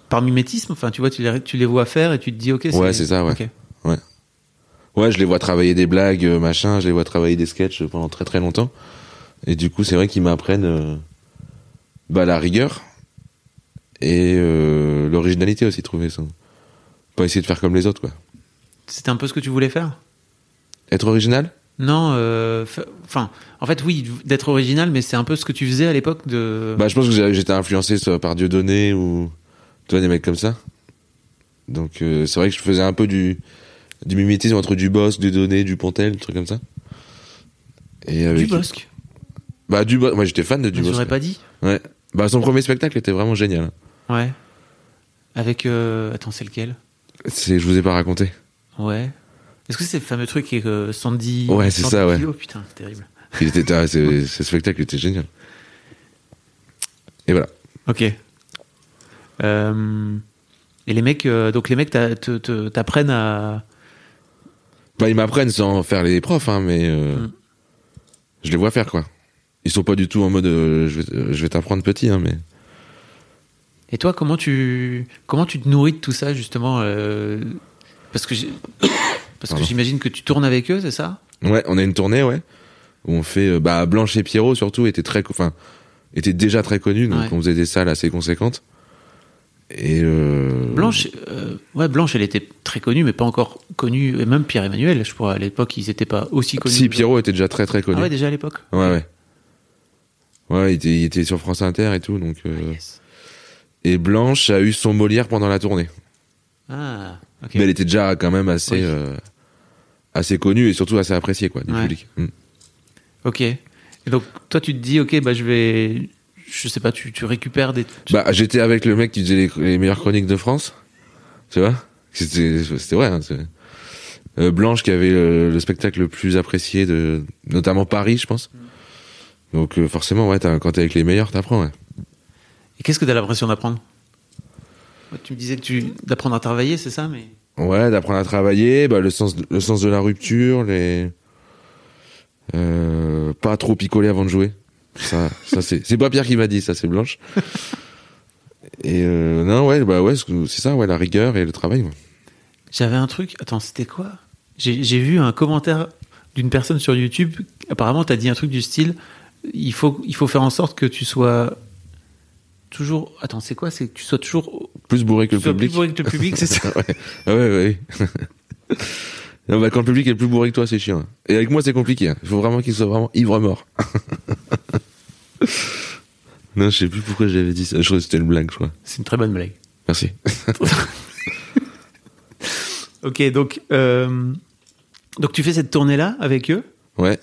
Par mimétisme, enfin, tu vois, tu les, tu les vois faire et tu te dis, ok, Ouais, c'est ça, ouais. Ok. Ouais. Ouais, je les vois travailler des blagues, euh, machin, je les vois travailler des sketchs pendant très très longtemps. Et du coup, c'est vrai qu'ils m'apprennent euh, bah, la rigueur et euh, l'originalité aussi, trouver ça. Pas essayer de faire comme les autres, quoi. C'était un peu ce que tu voulais faire Être original Non, euh, fa- enfin, en fait, oui, d'être original, mais c'est un peu ce que tu faisais à l'époque de. Bah, je pense que j'ai- j'étais influencé soit par Dieudonné ou. Tu vois, des mecs comme ça. Donc, euh, c'est vrai que je faisais un peu du, du mimétisme entre du Bosque, Dieudonné, du Pontel, des trucs comme ça. Et avec... du Bosque. Bah, Dubosc. Moi, j'étais fan de Tu Dubosc. l'aurais pas dit Ouais. Bah, son premier spectacle était vraiment génial. Ouais. Avec. euh, Attends, c'est lequel C'est, je vous ai pas raconté. Ouais. Est-ce que c'est le fameux truc avec euh, Sandy Ouais, c'est 100 ça, ouais. kilos Putain, c'est terrible. Il était, ah, ce, ce spectacle était génial. Et voilà. Ok. Euh, et les mecs, euh, donc les mecs t'a- te- te- t'apprennent à. Bah, ils m'apprennent sans faire les profs, hein, mais euh, Mm. je les vois faire, quoi. Ils sont pas du tout en mode euh, je, vais, euh, je vais t'apprendre petit, hein, mais. Et toi, comment tu comment tu te nourris de tout ça justement euh, Parce que j'ai- parce que Pardon. j'imagine que tu tournes avec eux, c'est ça Ouais, on a une tournée, ouais. Où on fait. euh, bah, Blanche et Pierrot, surtout, étaient très. co- Enfin, étaient déjà très connus, donc Ouais. on faisait des salles assez conséquentes. Et. euh, Blanche, euh, ouais, Blanche, elle était très connue, mais pas encore connue. Et même Pierre Emmanuel, je crois, à l'époque, ils n'étaient pas aussi connus. Si, Pierrot était déjà très très Ah connu. ouais, déjà à l'époque. Ouais, ouais. Ouais, il était, il était sur France Inter et tout, donc. euh, Yes. Et Blanche a eu son Molière pendant la tournée. Ah, ok. Mais elle était déjà quand même assez, Oui. euh, assez connue et surtout assez appréciée, quoi, du Ouais. public. Mm. Ok. Et donc, toi, tu te dis, ok, bah, je vais. Je sais pas, tu, tu récupères des. tu- Bah, j'étais avec le mec qui faisait les, les meilleures chroniques de France. Tu vois? C'était, c'était vrai, hein, c'est- Euh, Blanche qui avait euh, le spectacle le plus apprécié de, notamment Paris, je pense. Mm. Donc, euh, forcément, ouais, t'as- quand t'es avec les meilleurs, t'apprends, ouais. Et qu'est-ce que t'as l'impression d'apprendre Ouais, Tu me disais que tu. d'apprendre à travailler, c'est ça, mais. Ouais, d'apprendre à travailler, bah, le sens, le sens de la rupture, les, euh, pas trop picoler avant de jouer. Ça, ça c'est, c'est pas Pierre qui m'a dit, ça c'est Blanche. Et euh, non, ouais, bah ouais, c'est c'est ça, ouais, la rigueur et le travail. ouais. J'avais un truc. Attends, c'était quoi J'ai j'ai vu un commentaire d'une personne sur YouTube. Apparemment, t'as dit un truc du style il faut, il faut faire en sorte que tu sois toujours. Attends, c'est quoi C'est que tu sois toujours. Plus bourré tu que le sois public. plus bourré que le public, c'est ça ouais, Ah ouais, ouais. ouais. non, bah, quand le public est plus bourré que toi, c'est chiant. Et avec moi, c'est compliqué. hein. Il faut vraiment qu'il soit vraiment ivre mort. non, je sais plus pourquoi j'avais dit ça. Je crois que c'était une blague, je crois. C'est une très bonne blague. Merci. Ok, donc. euh, Donc, tu fais cette tournée-là avec eux Ouais.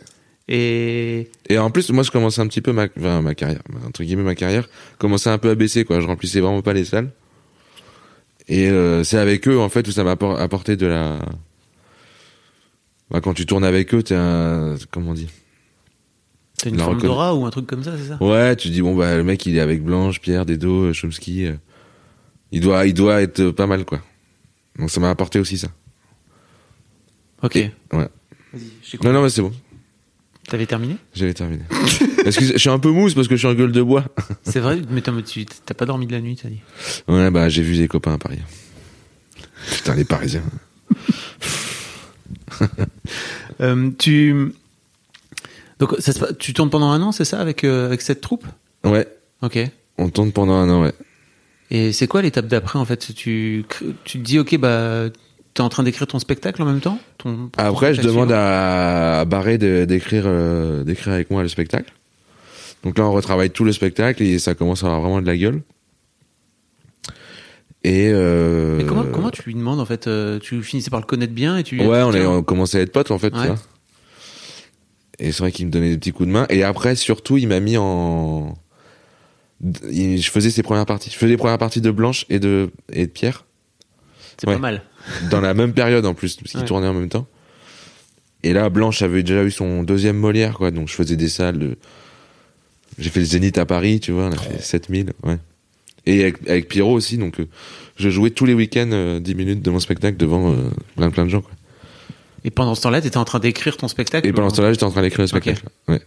et Et en plus, moi, je commençais un petit peu ma, enfin, ma carrière, entre guillemets ma carrière, commençait un peu à baisser, quoi. Je remplissais vraiment pas les salles. Et euh, c'est avec eux, en fait, où ça m'a appor- apporté de la. Bah, quand tu tournes avec eux, t'es un. Comment on dit T'as une La forme reconna- d'aura ou un truc comme ça, c'est ça Ouais, tu dis, bon, bah, le mec, il est avec Blanche, Pierre, Dedo, euh, Chomsky. euh, il, doit, il doit être euh, pas mal, quoi. Donc ça m'a apporté aussi ça. Ok. Ouais. Vas-y, je t'écoute. Non, non, mais c'est bon. T'avais terminé J'avais terminé. Excusez, je suis un peu mousse parce que je suis en gueule de bois. C'est vrai, mais t'as- mais tu- t'as pas dormi de la nuit, t'as dit. Ouais, bah j'ai vu des copains à Paris. Putain, les Parisiens. Euh, tu. Donc, ça se pa- tu tournes pendant un an, c'est ça, avec, euh, avec cette troupe Ouais, Ok. on tourne pendant un an, ouais. Et c'est quoi l'étape d'après, en fait tu, crées- tu te dis, ok, bah, T'es en train d'écrire ton spectacle en même temps Ton- ton Après, je spectacle demande suivant à, à Barré de- d'écrire euh, d'écrire avec moi le spectacle. Donc là, on retravaille tout le spectacle et ça commence à avoir vraiment de la gueule. Et euh, Mais comment, comment tu lui demandes en fait euh, Tu finissais par le connaître bien et tu. Ouais, on, est, on commençait à être potes en fait. tu Ouais. vois. Et c'est vrai qu'il me donnait des petits coups de main. Et après, surtout, il m'a mis en. d- il- Je faisais ses premières parties. Je faisais les premières parties de Blanche et de, et de Pierre. C'est ouais. pas mal. dans la même période en plus, parce qu'ils Ouais. tournaient en même temps. Et là, Blanche avait déjà eu son deuxième Molière, quoi. Donc je faisais des salles. de- J'ai fait le Zénith à Paris, tu vois, on a fait 7000, ouais. Et avec, avec Pierrot aussi, donc euh, je jouais tous les week-ends euh, 10 minutes de mon spectacle devant euh, plein plein de gens, quoi. Et pendant ce temps-là, t'étais en train d'écrire ton spectacle Et pendant ou- ce temps-là, j'étais en train d'écrire le spectacle. ouais.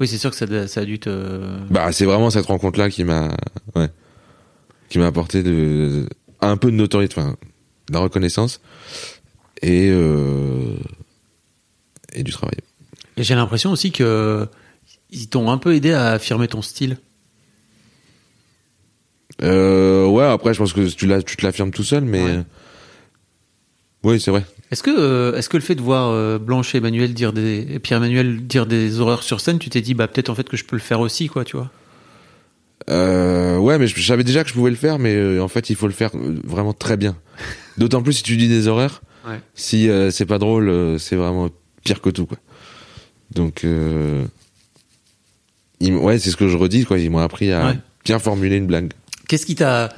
Oui, c'est sûr que ça, doit- ça a dû te. Bah, c'est vraiment cette rencontre-là qui m'a, ouais, qui m'a apporté de, un peu de notoriété, enfin, de la reconnaissance et euh, et du travail. Et j'ai l'impression aussi que ils t'ont un peu aidé à affirmer ton style. Euh, ouais, après, je pense que tu, l'as- tu te l'affirmes tout seul, mais. Ouais. euh, Oui, c'est vrai. Est-ce que, euh, est-ce que le fait de voir euh, Blanche et Emmanuel dire des, et Pierre Emmanuel dire des horreurs sur scène, tu t'es dit bah peut-être en fait que je peux le faire aussi quoi, tu vois Euh, ouais, mais je, je savais déjà que je pouvais le faire, mais euh, en fait, il faut le faire euh, vraiment très bien. D'autant plus si tu dis des horaires. Ouais. Si euh, c'est pas drôle, euh, c'est vraiment pire que tout, quoi. Donc. Euh... ils m- ouais, c'est ce que je redis, quoi. Ils m'ont appris à Ouais. bien formuler une blague. Qu'est-ce qui t'a.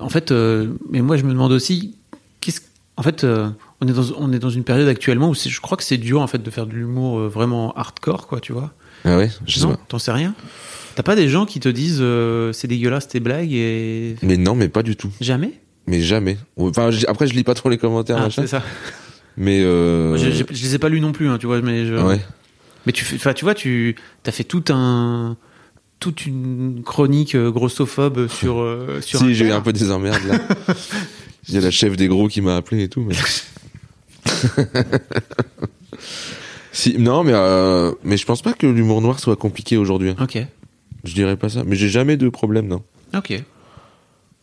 En fait, euh, mais moi je me demande aussi, qu'est-ce. En fait, euh, on, est dans, on est dans une période actuellement où c'est- je crois que c'est dur en fait de faire de l'humour euh, vraiment hardcore, quoi, tu vois. Ah ouais, je sais non, pas. t'en sais rien. T'as pas des gens qui te disent euh, c'est dégueulasse tes blagues et. Mais non, mais pas du tout. Jamais Mais jamais. Enfin, j- après, je lis pas trop les commentaires, Ah, machin. c'est ça. Mais. Moi, Euh... Je, je- je les ai pas lus non plus, hein, tu vois, mais je. Ouais. Mais tu fais, enfin, tu vois, tu as fait tout un, toute une chronique euh, grossophobe sur, euh, sur si, Inter. j'ai eu un peu des emmerdes là. Il y a la chef des gros qui m'a appelé et tout. Mais... si, non, mais, euh, mais je pense pas que l'humour noir soit compliqué aujourd'hui. hein. Ok, Je dirais pas ça. Mais j'ai jamais de problème, non. ok.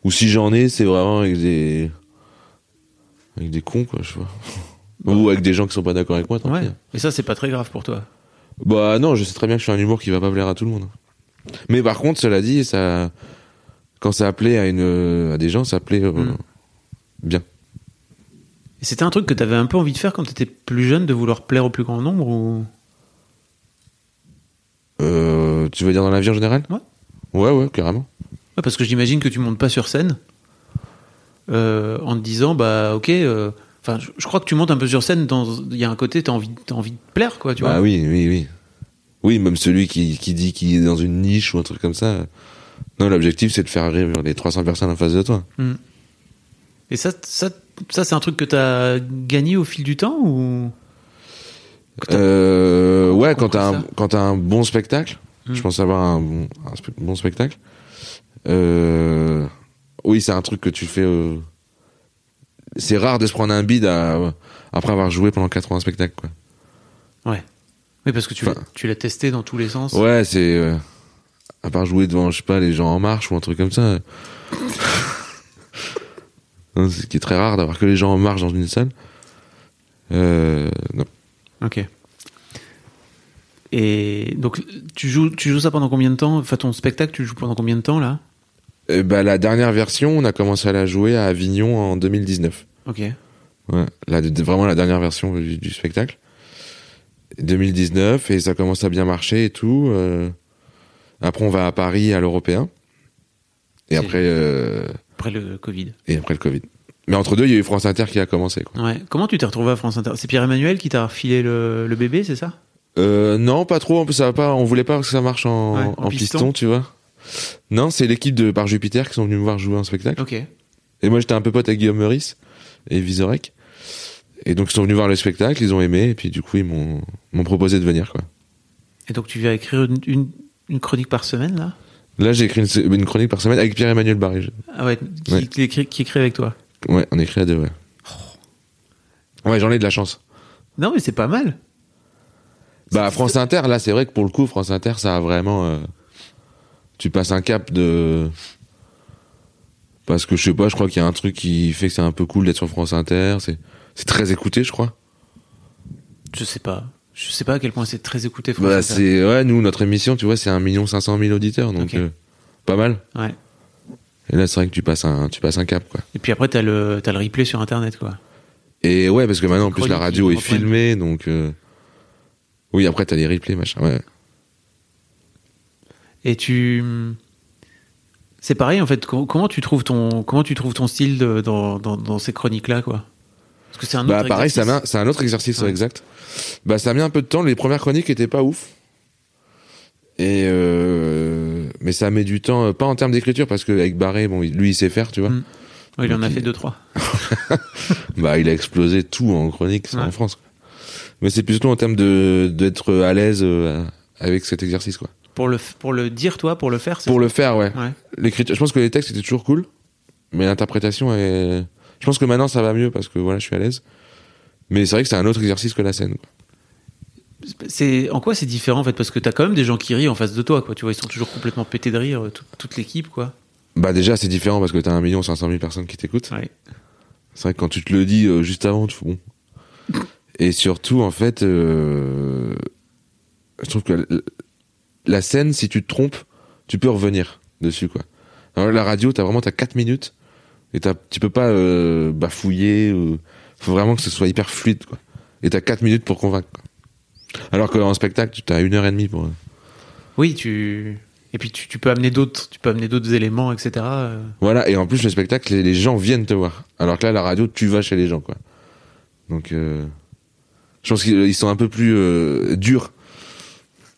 Ou si j'en ai, c'est vraiment avec des. Avec des cons, quoi, je sais pas. Ou avec des gens qui sont pas d'accord avec moi, tant Ouais. pis. hein. Et ça, c'est pas très grave pour toi. Bah non, je sais très bien que je suis un humour qui va pas plaire à tout le monde. hein. Mais par contre, cela dit, ça. Quand ça appelait à, une, à des gens, ça plaît euh, Mm. bien. Et c'était un truc que t'avais un peu envie de faire quand t'étais plus jeune, de vouloir plaire au plus grand nombre ou. Euh, tu veux dire dans la vie en général Ouais. Ouais, ouais, carrément. Ouais, parce que j'imagine que tu montes pas sur scène euh, en te disant, bah, ok. euh, Enfin, je- je crois que tu montes un peu sur scène. dans- Il y a un côté, t'as envie, t'as envie de plaire, quoi. Tu bah vois. oui, oui, oui. Oui, même celui qui, qui dit qu'il est dans une niche ou un truc comme ça. Non, l'objectif, c'est de faire rire les 300 personnes en face de toi. Et ça, ça, ça, c'est un truc que t'as gagné au fil du temps ou T'as- Euh, ouais, quand compris t'as un, ça quand t'as un bon spectacle, je pense avoir un bon, un spe- bon spectacle. Euh, oui, c'est un truc que tu fais. euh, c'est rare de se prendre un bide à- après avoir joué pendant 80 spectacles, quoi. Ouais. Oui, parce que tu l'as- Enfin- tu l'as testé dans tous les sens. Ouais, c'est. euh, à part jouer devant, je sais pas, les gens en marche ou un truc comme ça. euh. Non, c'est ce qui est très rare d'avoir que les gens en marche dans une salle. Euh, non. Ok. Et donc, tu joues, tu joues ça pendant combien de temps Enfin, ton spectacle, tu le joues pendant combien de temps, là Eh ben, la dernière version, on a commencé à la jouer à Avignon en 2019. Ok. Ouais, la, de- vraiment la dernière version du, du spectacle. 2019, et ça commence à bien marcher et tout. euh. Après, on va à Paris, à l'Européen. Et C'est- après, euh, Après le Covid. et après le Covid. Mais entre deux, il y a eu France Inter qui a commencé. Quoi. Ouais. Comment tu t'es retrouvé à France Inter C'est Pierre-Emmanuel qui t'a refilé le, le bébé, c'est ça Euh, non, pas trop. En plus, ça va pas. On voulait pas que ça marche en, Ouais, en en, piston. piston, tu vois. Non, c'est l'équipe de Par Jupiter qui sont venus me voir jouer un spectacle. Ok. Et moi, j'étais un peu pote avec Guillaume Meurice et Vizorek. Et donc, ils sont venus voir le spectacle, ils ont aimé, et puis du coup, ils m'ont m'ont proposé de venir, quoi. Et donc, tu vas écrire une, une, une chronique par semaine, là Là, j'ai écrit une, une chronique par semaine avec Pierre-Emmanuel Barré. Je- Ah ouais, qui, Ouais. qui écrit, qui écrit avec toi Ouais, on écrit à deux, ouais. Ouais, j'en ai de la chance. Non, mais c'est pas mal. Bah, France Inter, là, c'est vrai que pour le coup, France Inter, ça a vraiment. euh, tu passes un cap de. Parce que je sais pas, je crois qu'il y a un truc qui fait que c'est un peu cool d'être sur France Inter. C'est c'est très écouté, je crois. Je sais pas. Je sais pas à quel point c'est très écouté. France Bah, Inter. c'est ouais, nous notre émission, tu vois, c'est 1 500 000 auditeurs, donc Ok. euh, pas mal. Ouais. Et là, c'est vrai que tu passes un tu passes un cap quoi. Et puis après, t'as le, t'as le replay sur internet, quoi. Et ouais, parce que maintenant en plus la Chronique, radio ils est reprennent. filmée, donc euh, oui, après t'as les replays machin. Ouais. Et tu. C'est pareil, en fait. com- Comment tu trouves ton, comment tu trouves ton style de- dans, dans, dans ces chroniques-là, quoi Parce que c'est un Bah autre pareil, exercice. ça met un- c'est un autre exercice Ouais. exact. Bah ça a mis un peu de temps. Les premières chroniques étaient pas ouf. Et euh, mais ça met du temps, euh, pas en termes d'écriture, parce que avec Barré, bon, il- lui, il sait faire, tu vois. Mm. Ouais, il en a Ok. fait deux, trois. Bah, il a explosé tout en chronique c'est Ouais. en France. quoi. Mais c'est plutôt en termes de d'être à l'aise euh, avec cet exercice, quoi. Pour le, f- pour le dire, toi, pour le faire, c'est Pour le faire, ouais. Ouais. L'écriture, je pense que les textes étaient toujours cool, mais l'interprétation est. Je pense que maintenant ça va mieux parce que voilà, je suis à l'aise. Mais c'est vrai que c'est un autre exercice que la scène. quoi. C'est en quoi c'est différent en fait parce que t'as quand même des gens qui rient en face de toi quoi. Tu vois ils sont toujours complètement pétés de rire euh, tout- toute l'équipe quoi. Bah déjà c'est différent parce que t'as un million cinq cent mille personnes qui t'écoutent. Ouais. C'est vrai que quand tu te le dis euh, juste avant, tu fais bon. Et surtout, en fait, euh, je trouve que la- la scène, si tu te trompes, tu peux revenir dessus, quoi. Alors, la radio, t'as vraiment t'as 4 minutes et t'as- tu peux pas euh, bafouiller. ou- faut vraiment que ce soit hyper fluide, quoi. Et t'as 4 minutes pour convaincre. quoi. Alors qu'en spectacle, tu t'as une heure et demie pour. euh, Oui tu et puis tu, tu peux amener d'autres tu peux amener d'autres éléments etc. euh. Voilà. Et en plus, le spectacle, les, les gens viennent te voir. Alors que là, la radio, tu vas chez les gens, quoi. Donc, euh, je pense qu'ils ils sont un peu plus euh, durs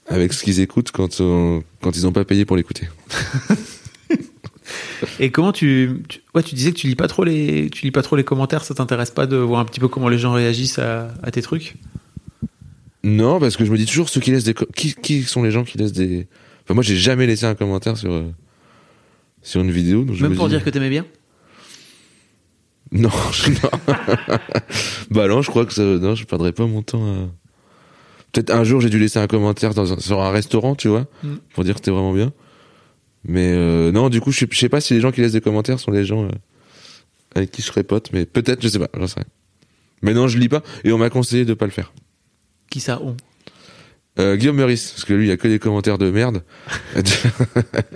avec ce qu'ils écoutent quand, on- quand ils n'ont pas payé pour l'écouter. Et comment tu, tu- ouais tu disais que tu lis pas trop les tu lis pas trop les commentaires ça t'intéresse pas de voir un petit peu comment les gens réagissent à, à tes trucs. Non, parce que je me dis toujours ceux qui laissent des co- qui, qui sont les gens qui laissent des. Enfin, moi, j'ai jamais laissé un commentaire sur euh, sur une vidéo. donc je Même me pour dis- dire que t'aimais bien. Non, je- non. bah non, je crois que ça, non, je perdrais pas mon temps. à- Peut-être un jour j'ai dû laisser un commentaire dans un- sur un restaurant, tu vois, Mm. pour dire que t'es vraiment bien. Mais euh, non, du coup, je sais- je sais pas si les gens qui laissent des commentaires sont les gens euh, avec qui je serais pote, mais peut-être, je sais pas, j'en sais rien. Mais non, je lis pas, et on m'a conseillé de pas le faire. Qui ça on. Euh, Guillaume Meurice, parce que lui, il y a que des commentaires de merde.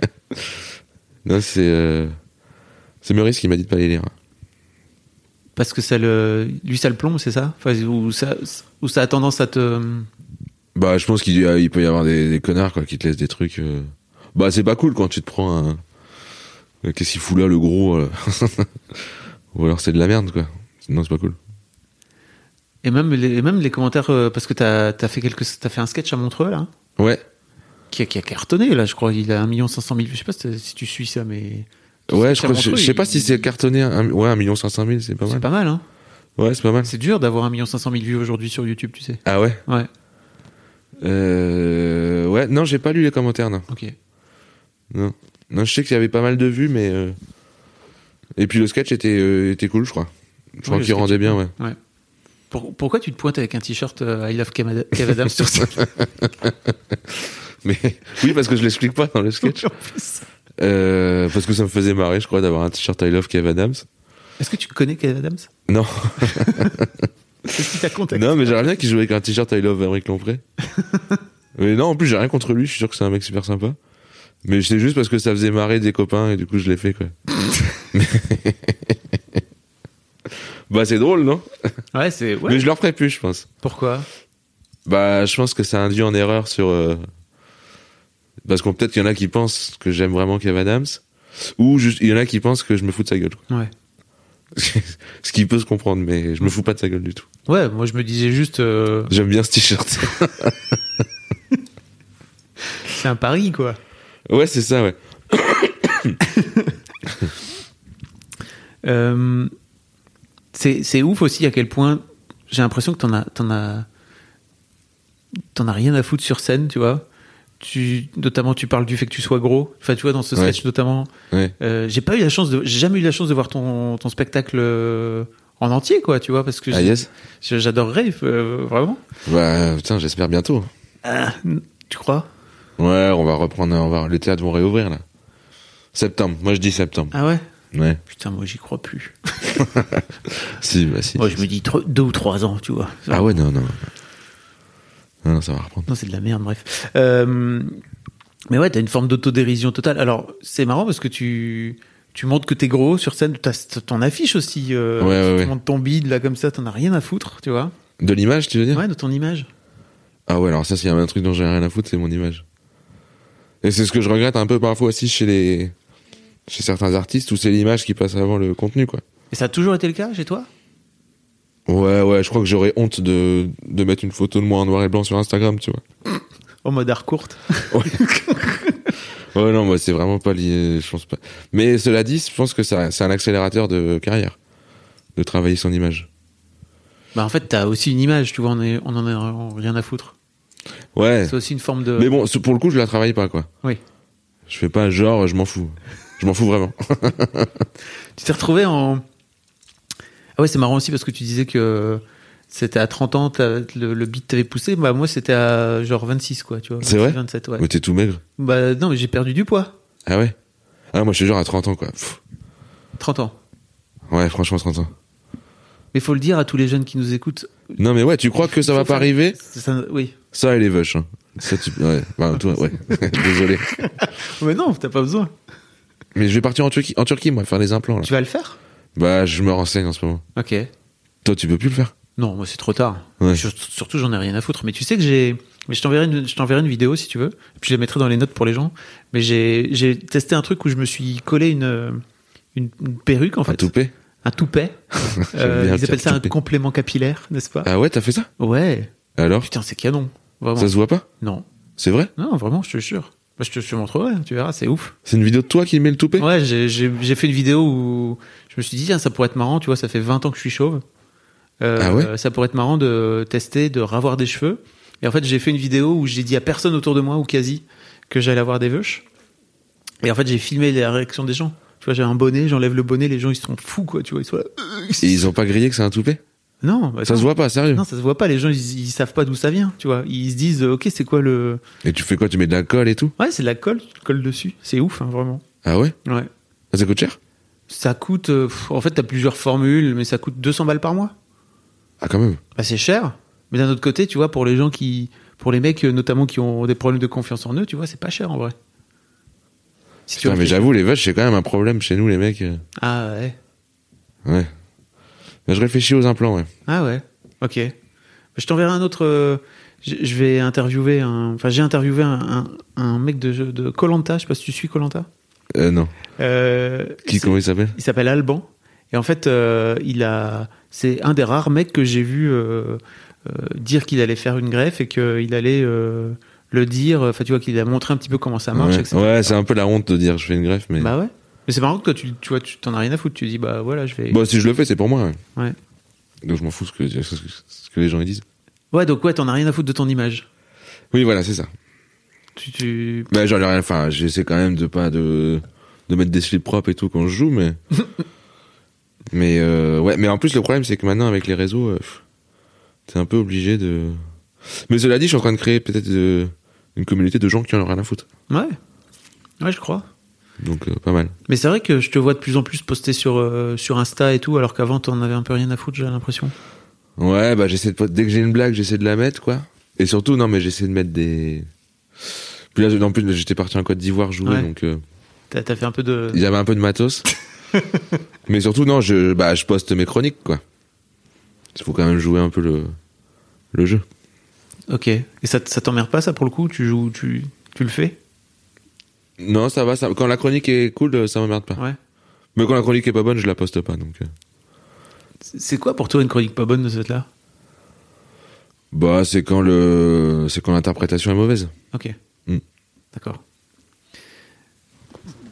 non, c'est euh, c'est Meurice qui m'a dit de pas les lire. Parce que ça le lui ça le plombe c'est ça. Enfin, ou ça ou ça a tendance à te Bah, je pense qu'il y a- il peut y avoir des, des connards quoi, qui te laissent des trucs. euh. Bah, c'est pas cool quand tu te prends un. euh, Qu'est-ce qu'il fout là, le gros euh. Ou alors c'est de la merde, quoi. Non, c'est pas cool. et même les, et même les commentaires euh, parce que t'as as fait quelques t'as fait un sketch à Montreux là. Ouais. qui a, qui a cartonné là je crois il a 1 500 000 je sais pas si, si tu suis ça mais Ouais, je crois. Je, Montreux, je sais pas il- si c'est cartonné. Un, ouais, 1 million 500 000, c'est pas c'est mal. pas mal hein Ouais, c'est pas mal. c'est dur d'avoir 1 500 000 vues aujourd'hui sur YouTube tu sais Ah ouais ouais euh, Ouais, non, j'ai pas lu les commentaires, non. ok Non, non je sais qu'il y avait pas mal de vues, mais. euh, Et puis le sketch était, euh, était cool, je crois. Je crois le qu'il sketch, rendait bien, ouais. ouais Pour- pourquoi tu te pointes avec un t-shirt euh, I love Kev Kev Adams sur ça Mais oui, parce que je l'explique pas dans le sketch. en plus Euh, parce que ça me faisait marrer, je crois, d'avoir un t-shirt I Love Kev Adams. est-ce que tu connais Kev Adams Non, est-ce qu'il t'a contacté non mais j'aimerais bien qu'il joue avec un t-shirt I Love Eric Lompré. mais non, en plus, j'ai rien contre lui, je suis sûr que c'est un mec super sympa. Mais c'est juste parce que ça faisait marrer des copains et du coup, je l'ai fait, quoi. bah, c'est drôle, non ouais c'est ouais. Mais je leur ferai plus, je pense. pourquoi Bah, je pense que ça induit en erreur sur. euh, Parce qu'on peut-être qu'il y en a qui pensent que j'aime vraiment Kev Adams. Ou juste, il y en a qui pensent que je me fous de sa gueule, quoi. ouais Ce qui peut se comprendre, mais je me fous pas de sa gueule du tout. ouais moi je me disais juste euh, J'aime bien ce t-shirt. c'est un pari quoi ouais, c'est ça, ouais. Euh, c'est c'est ouf aussi à quel point j'ai l'impression que t'en as, t'en as, t'en as rien à foutre sur scène, tu vois. Tu, notamment, tu parles du fait que tu sois gros. Enfin, tu vois, dans ce sketch, Ouais. notamment, Ouais. euh, j'ai pas eu la chance de, j'ai jamais eu la chance de voir ton, ton spectacle euh, en entier, quoi, tu vois, parce que Ah, j'ai- yes. j'ai- j'adorerais, euh, vraiment. Bah, putain, j'espère bientôt. Tu crois Ouais, on va reprendre, on va, les théâtres vont réouvrir, là. Septembre. Moi, je dis septembre. Ah ouais Ouais. Putain, moi, j'y crois plus. Si, bah si. Moi, je me dis tro- deux ou trois ans, tu vois. Ah ouais, non, non. Non, non, ça va reprendre. Non, c'est de la merde, bref. Euh, mais ouais, t'as une forme d'autodérision totale. Alors, c'est marrant parce que tu, tu montres que t'es gros sur scène, t'as t'as ton affiche aussi. euh, Ouais, ouais, tu ouais. montres ton bide, là, comme ça, t'en as rien à foutre, tu vois. De l'image, tu veux dire Ouais, de ton image. Ah ouais, alors ça, s'il y a un truc dont j'ai rien à foutre, c'est mon image. Et c'est ce que je regrette un peu parfois aussi chez les. chez certains artistes où c'est l'image qui passe avant le contenu, quoi. Et ça a toujours été le cas chez toi Ouais, ouais, je crois que j'aurais honte de, de mettre une photo de moi en noir et blanc sur Instagram, tu vois. En mode art courte Ouais, non, moi, c'est vraiment pas lié, je pense pas. Mais cela dit, je pense que ça- c'est un accélérateur de carrière, de travailler son image. Bah, en fait, t'as aussi une image, tu vois, on, est, on en a rien à foutre. Ouais. C'est aussi une forme de. Mais bon, ce- pour le coup, je la travaille pas, quoi. euh, Oui. Je fais pas genre, je m'en fous. Je m'en fous vraiment. Tu t'es retrouvé en. Ah ouais, c'est marrant aussi parce que tu disais que c'était à 30 ans, t'as- le, le beat t'avait poussé. Bah, moi, c'était à genre 26, quoi, tu vois. C'est vrai 26, 27, ouais. Mais t'es tout maigre. Bah, non, mais j'ai perdu du poids. Ah ouais Ah, moi, je suis genre à 30 ans, quoi. Pff. 30 ans. Ouais, franchement, 30 ans. Mais faut le dire à tous les jeunes qui nous écoutent. Non, mais ouais, tu crois que ça Faut va pas faire- arriver ça- Oui. Ça, elle est vache. Hein. Ça, tu... Ouais, bah, toi, ouais. Désolé. Mais non, t'as pas besoin. Mais je vais partir en Turquie, en Turquie moi, faire des implants, là. Tu vas le faire Bah, je me renseigne en ce moment. Ok. Toi, tu peux plus le faire Non, moi, c'est trop tard. Ouais. Sur- surtout, j'en ai rien à foutre. Mais tu sais que j'ai. Mais je t'enverrai une, je t'enverrai une vidéo si tu veux. Puis je la mettrai dans les notes pour les gens. Mais j'ai, j'ai testé un truc où je me suis collé une, une, une perruque, en Un fait. toupet Un toupet. Euh, bien ils dire appellent ça un toupet. complément capillaire, n'est-ce pas Ah ouais, t'as fait ça Ouais. Alors Putain, c'est canon. Vraiment. Ça se voit pas Non. C'est vrai Non, vraiment, je te jure. Bah, je te je te montrerai, tu verras, c'est ouf. C'est une vidéo de toi qui met le toupet Ouais, j'ai- j'ai j'ai fait une vidéo où je me suis dit, tiens, ça pourrait être marrant, tu vois, ça fait 20 ans que je suis chauve. Euh, Ah ouais Ça pourrait être marrant de tester, de ravoir des cheveux. Et en fait, j'ai fait une vidéo où j'ai dit à personne autour de moi, ou quasi, que j'allais avoir des veuches. Et en fait, j'ai filmé les réactions des gens. Tu vois, j'ai un bonnet, j'enlève le bonnet, les gens, ils sont fous, quoi, tu vois, ils sont là. euh, Et ils ont pas grillé que c'est un toupet Non, bah, Ça non. se voit pas, sérieux Non, ça se voit pas. Les gens, ils, ils savent pas d'où ça vient, tu vois. Ils se disent, euh, ok, c'est quoi le. Et tu fais quoi Tu mets de la colle et tout Ouais, c'est de la colle, tu te colles dessus. C'est ouf, hein, vraiment. Ah ouais Ouais. Ça coûte cher Ça coûte. euh, pff, en fait, t'as plusieurs formules, mais ça coûte 200 balles par mois. Ah quand même Bah, c'est cher. Mais d'un autre côté, tu vois, pour les gens qui. Pour les mecs, euh, notamment, qui ont des problèmes de confiance en eux, tu vois, c'est pas cher en vrai. Si Putain, mais réfléchis- j'avoue, les vaches, c'est quand même un problème chez nous, les mecs. euh, Ah ouais. Ouais. Mais je réfléchis aux implants, ouais. Ah ouais. Ok. Bah, Je t'enverrai un autre. euh, je je vais interviewer un. Enfin, j'ai interviewé un, un, un mec de jeu- de Colanta. Je sais pas si tu suis Colanta. Euh, non. Euh, Qui, c'est- comment il s'appelle il s'appelle Alban. Et en fait, euh, il a, c'est un des rares mecs que j'ai vu euh, euh, dire qu'il allait faire une greffe et qu'il allait euh, le dire. Enfin, tu vois, qu'il a montré un petit peu comment ça marche, Ouais, etc. Ouais, c'est un peu la honte de dire je fais une greffe, mais. Bah ouais. Mais c'est marrant que toi, tu, tu vois, tu t'en as rien à foutre. Tu dis, bah voilà, je vais. Bon, si je le fais, c'est pour moi, ouais. Ouais. Donc je m'en fous ce que, ce que- ce que les gens ils disent. Ouais, donc ouais, t'en as rien à foutre de ton image. Oui, voilà, c'est ça. Tu, tu... Bah, j'en ai rien. Enfin, j'essaie quand même de pas de, de mettre des slips propres et tout quand je joue, mais. mais euh, ouais, mais en plus, le problème, c'est que maintenant, avec les réseaux, euh, pff, t'es un peu obligé de. Mais cela dit, je suis en train de créer peut-être euh, une communauté de gens qui en ont rien à foutre. Ouais. Ouais, je crois. Donc, euh, pas mal. Mais c'est vrai que je te vois de plus en plus poster sur, euh, sur Insta et tout, alors qu'avant, t'en avais un peu rien à foutre, j'ai l'impression. Ouais, bah, j'essaie de. pas- Dès que j'ai une blague, j'essaie de la mettre, quoi. Et surtout, non, mais j'essaie de mettre des. Puis là, en plus, j'étais parti en Côte d'Ivoire jouer, Ouais. donc. euh, T'as t'as fait un peu de. Il y avait un peu de matos. Mais surtout, non, je, bah, je poste mes chroniques, quoi. Il faut quand même jouer un peu le, le jeu. Ok. Et ça, t- ça t'emmerde pas, ça, pour le coup Tu joues, tu, tu le fais Non, ça va, ça, quand la chronique est cool, euh, ça m'emmerde pas. Ouais. Mais quand la chronique est pas bonne, je la poste pas, donc. euh. C'est c'est quoi pour toi une chronique pas bonne de cette là Bah, c'est quand le, c'est quand l'interprétation est mauvaise. Ok. Mm. D'accord.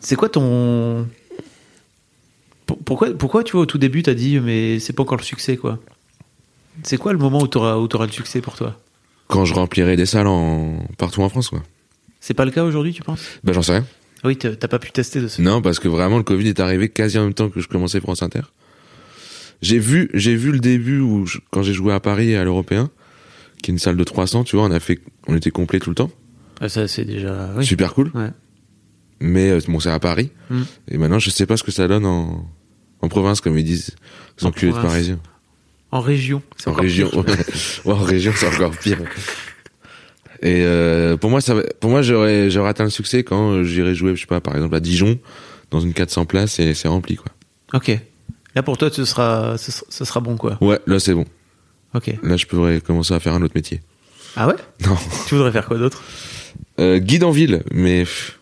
C'est quoi ton. Pour- Pourquoi, pourquoi, tu vois, au tout début, t'as dit, mais c'est pas encore le succès, quoi C'est quoi le moment où t'auras où t'auras le succès pour toi Quand je remplirai des salles en, partout en France, quoi. C'est pas le cas aujourd'hui, tu penses Bah, j'en sais rien. Ah Oui, t'as t'as pas pu tester de ce. Non, parce que vraiment, le Covid est arrivé quasi en même temps que je commençais France Inter. J'ai vu, j'ai vu le début où, je- quand j'ai joué à Paris et à l'Européen, qui est une salle de 300, tu vois, on a fait, on était complet tout le temps. Ah, ça, c'est déjà. Oui. Super cool. Ouais. Mais euh, bon, c'est à Paris. Mm. Et maintenant, je sais pas ce que ça donne en, en province, comme ils disent. Les En enculés de province. Parisiens. En région. c'est En encore région, pire. ouais. Ouais, en région, c'est encore pire. Et euh, pour moi, ça, va- pour moi, j'aurais, j'aurais atteint le succès quand euh, j'irai jouer, je sais pas, par exemple à Dijon, dans une 400 places et c'est rempli, quoi. Ok. Là, pour toi, ce sera, ce, sera- ce sera bon, quoi. Ouais, là c'est bon. Ok. Là, je pourrais commencer à faire un autre métier. Ah ouais Non, Tu voudrais faire quoi d'autre Euh, guide en ville, mais pff,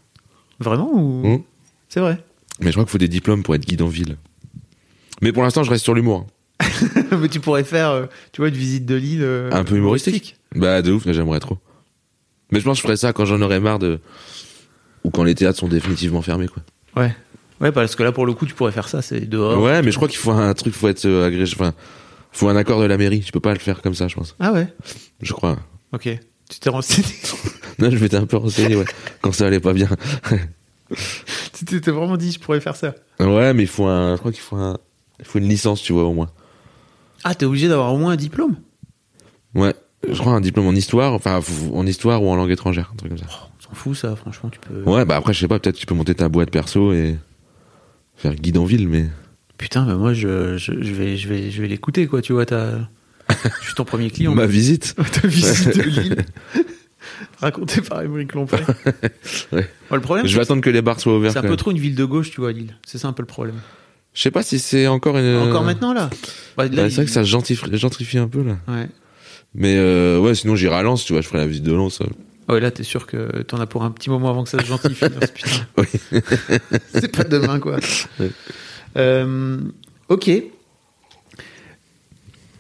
Vraiment ou... Hmm. C'est vrai. mais je crois qu'il faut des diplômes pour être guide en ville. Mais pour l'instant, je reste sur l'humour. hein. Mais tu pourrais faire, euh, tu vois, une visite de l'île. euh, un peu humoristique. Bah de ouf, mais j'aimerais trop. Mais je pense que je ferais ça quand j'en aurais marre de ou quand les théâtres sont définitivement fermés quoi. Ouais. Ouais, parce que là, pour le coup, tu pourrais faire ça, c'est dehors. ouais, mais je crois qu'il faut un truc, faut être euh, agré... enfin, faut un accord de la mairie. Je peux pas le faire comme ça, je pense. Ah ouais Je crois. Ok. Tu t'es renseigné. Non, je m'étais un peu renseigné, ouais, quand ça allait pas bien. tu t'étais vraiment dit, je pourrais faire ça. ouais, mais il faut un, je crois qu'il faut un, il faut une licence, tu vois au moins. Ah, t'es obligé d'avoir au moins un diplôme Ouais, je crois un diplôme en histoire, enfin f- en histoire ou en langue étrangère, un truc comme ça. Oh, On s'en fout, ça, franchement, tu peux. Ouais, bah après je sais pas, peut-être tu peux monter ta boîte perso et faire guide en ville, mais Putain, mais moi, je, je, je vais, je vais, je vais l'écouter, quoi, tu vois. t'as- je suis ton premier client. ma visite. Ta visite de l'île. Racontée par Émeric Lompré. Ouais. Bon, le problème, Je vais attendre que les bars soient ouverts. c'est un quand peu même. trop une ville de gauche, tu vois, Lille. C'est ça un peu le problème. Je sais pas si c'est encore une. Encore maintenant, là, Bah, Ouais, là, Euh, c'est vrai il- que ça gentrifie, gentrifie un peu là. Ouais. Mais euh, ouais, sinon j'irai à Lens, tu vois, je ferai la visite de Lens. euh. Ouais, là, t'es sûr que t'en as pour un petit moment avant que ça se gentifie. hein, ce putain. Oui. c'est pas demain, quoi. Ouais. Euh, ok.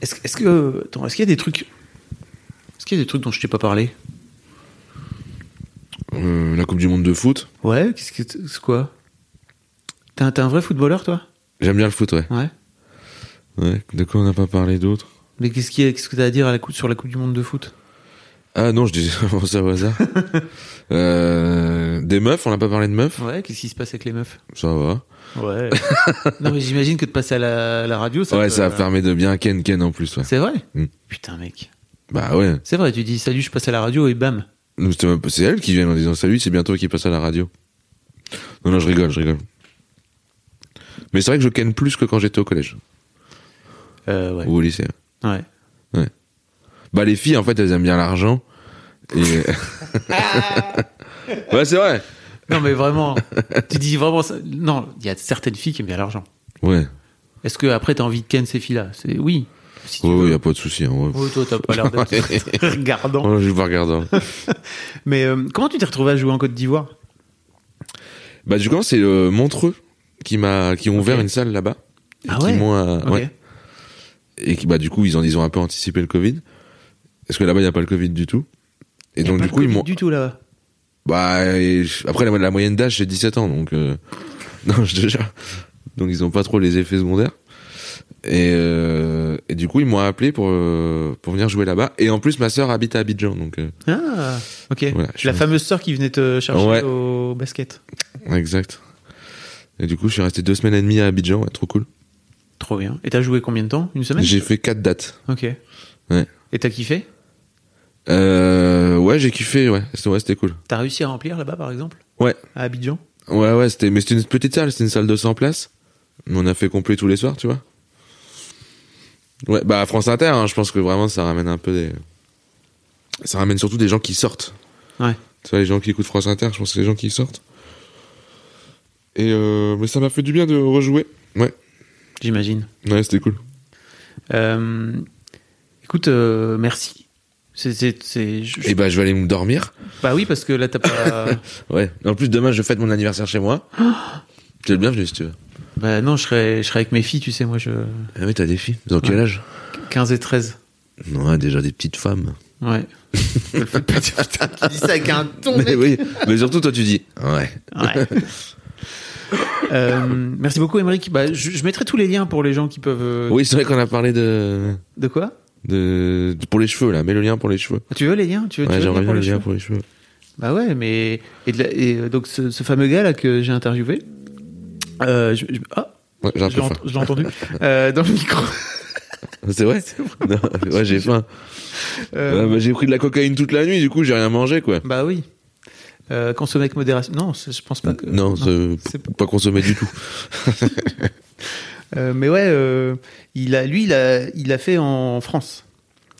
Est-ce est-ce que. Attends, est-ce qu'il y a des trucs. Est-ce qu'il y a des trucs dont je t'ai pas parlé Euh, la Coupe du Monde de foot. Ouais, qu'est-ce que. C'est quoi T'es un, t'es un vrai footballeur, toi J'aime bien le foot, ouais. Ouais. ouais. De quoi on n'a pas parlé d'autre Mais qu'est-ce qui est- qu'est-ce que t'as à dire à la coupe, sur la Coupe du Monde de foot Ah non, je disais vraiment ça au hasard. Euh, des meufs, on n'a pas parlé de meufs. Ouais, qu'est-ce qui se passe avec les meufs Ça va. Ouais. non, mais j'imagine que de passer à la, à la radio, ça. ouais, peut- euh, ça permet de bien Ken Ken en plus, ouais. C'est vrai Mm. Putain, mec. Bah ouais. C'est vrai, tu dis salut, je passe à la radio et bam. Nous, c'était même pas- C'est elle qui vient en disant salut, c'est bientôt qui passe à la radio. Non, non, je rigole, je rigole. Mais c'est vrai que je ken plus que quand j'étais au collège Euh, ouais. ou au lycée. Ouais. Bah les filles en fait elles aiment bien l'argent. Et... ouais c'est vrai. Non, mais vraiment, tu dis vraiment ça. Non, il y a certaines filles qui aiment bien l'argent. Ouais. Est-ce que après, t'as envie de ken ces filles-là C'est oui. Si tu Ouais, ouais, veux. y a pas de souci. hein, ouais. Oh, toi, t'as pas l'air d'être très regardant. Ouais, je vais pas regarder. hein. Mais euh, comment tu t'es retrouvé à jouer en Côte d'Ivoire bah du coup c'est euh, Montreux qui m'a qui ont ouvert Ok. une salle là-bas. Et Ah qui ouais m'ont, euh, Ok. ouais. Et qui bah du coup ils en ils ont un peu anticipé le Covid. Parce que là-bas y a pas le Covid du tout. Et Y a donc pas du de coup ils Covid m'ont Du tout là-bas. bah et je- après la, la moyenne d'âge c'est 17 ans donc euh, non je te jure. donc ils ont pas trop les effets secondaires et, euh, et du coup ils m'ont appelé pour euh, pour venir jouer là-bas et en plus ma sœur habite à Abidjan donc euh, Ah, ok. Voilà, je la suis- fameuse sœur qui venait te chercher Ouais. au basket. exact et du coup je suis resté deux semaines et demie à Abidjan ouais, trop cool Trop bien. Et t'as joué combien de temps Une semaine j'ai fait quatre dates Ok. Ouais. Et t'as kiffé euh, ouais j'ai kiffé ouais c'était ouais, c'était cool T'as réussi à remplir là-bas, par exemple ouais À Abidjan ouais ouais c'était mais c'était une petite salle c'était une salle de 100 places mais on a fait complet tous les soirs tu vois ouais bah France Inter hein, je pense que vraiment ça ramène un peu des ça ramène surtout des gens qui sortent Ouais. Tu vois, les gens qui écoutent France Inter, je pense que c'est les gens qui sortent. Et euh, mais ça m'a fait du bien de rejouer. Ouais, J'imagine. ouais c'était cool. Euh, écoute, euh, merci. C'est, c'est, c'est- je- Et bah, je vais aller me dormir. Bah oui, parce que là, t'as pas. Ouais. En plus, demain, je fête mon anniversaire chez moi. Tu es le bienvenu si tu veux. bah non, je serais, je serais avec mes filles, tu sais, moi, je. Ah oui, t'as des filles. Dans quel âge 15 et 13. Non, ouais, déjà des petites femmes. Ouais. Je le fais pas dire, putain, tu dis ça avec un ton, Mais mec. oui, mais surtout, toi, tu dis. Ouais. Ouais. Euh, merci beaucoup, Émeric. Bah, je, je mettrai tous les liens pour les gens qui peuvent. euh, Oui, c'est vrai qu'on a parlé de, De quoi Ah, de, de- Pour les cheveux, là. Mets le lien pour les cheveux. Tu veux les liens Tu veux, tu Ouais, veux j'aimerais les liens bien pour le les lien cheveux pour les cheveux. Bah ouais, mais et, de la- et, euh, donc ce, ce fameux gars là que j'ai interviewé, euh, je, je- ah, Ouais, j'ai un je peu l'ai faim. ent- je l'ai entendu euh, dans le micro. C'est vrai Non, Ouais, j'ai faim. Euh, Ouais, bah, j'ai pris de la cocaïne toute la nuit, du coup, j'ai rien mangé, quoi. Bah oui. euh, consommer avec modération. Non, c'est- je pense pas que. euh, non, c'est- c'est pas- pas consommer du tout. Euh, mais ouais, euh, il a, lui, il a, il a fait en France.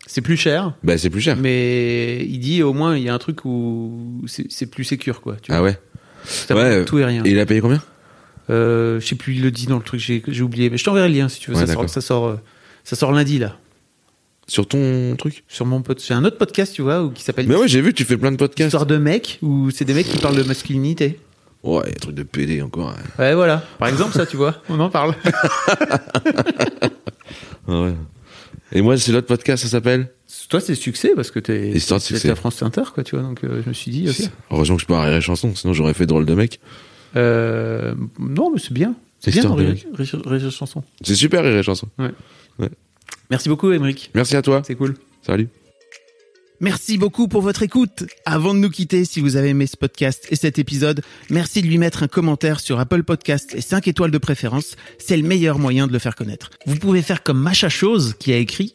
C'est plus cher, bah, c'est plus cher. mais il dit au moins il y a un truc où c'est c'est plus sécur quoi. Tu vois. Ah ouais. Ça ouais, prend euh, tout et rien. Et il a payé combien Euh, je sais plus, il le dit dans le truc, j'ai j'ai oublié. Mais je t'enverrai le lien si tu veux. Ouais, ça, sort, d'accord. ça, sort, euh, ça sort lundi, là, Sur ton truc sur mon pote. J'ai un autre podcast, tu vois, où- qui s'appelle Mais ouais, j'ai vu, tu fais plein de podcasts. Histoire de mecs, où c'est des mecs qui parlent de masculinité. Ouais, truc de PD encore. hein. Ouais, voilà. Par exemple, ça, tu vois, on en parle. Ah ouais. Et moi, c'est l'autre podcast, ça s'appelle Toi, c'est succès parce que t'es Histoire de t'es succès. à France Inter, quoi, tu vois. Donc, euh, je me suis dit, ok. Heureusement que je peux arrêter la chanson, sinon j'aurais fait drôle de mec. Euh, non, mais c'est bien. C'est bien, Histoire de Régis Régis Chanson. C'est super, rire la chanson. Merci beaucoup, Émeric. Merci à toi. C'est cool. Salut. Merci beaucoup pour votre écoute. Avant de nous quitter, si vous avez aimé ce podcast et cet épisode, merci de lui mettre un commentaire sur Apple Podcast et 5 étoiles de préférence. C'est le meilleur moyen de le faire connaître. Vous pouvez faire comme Macha Chose qui a écrit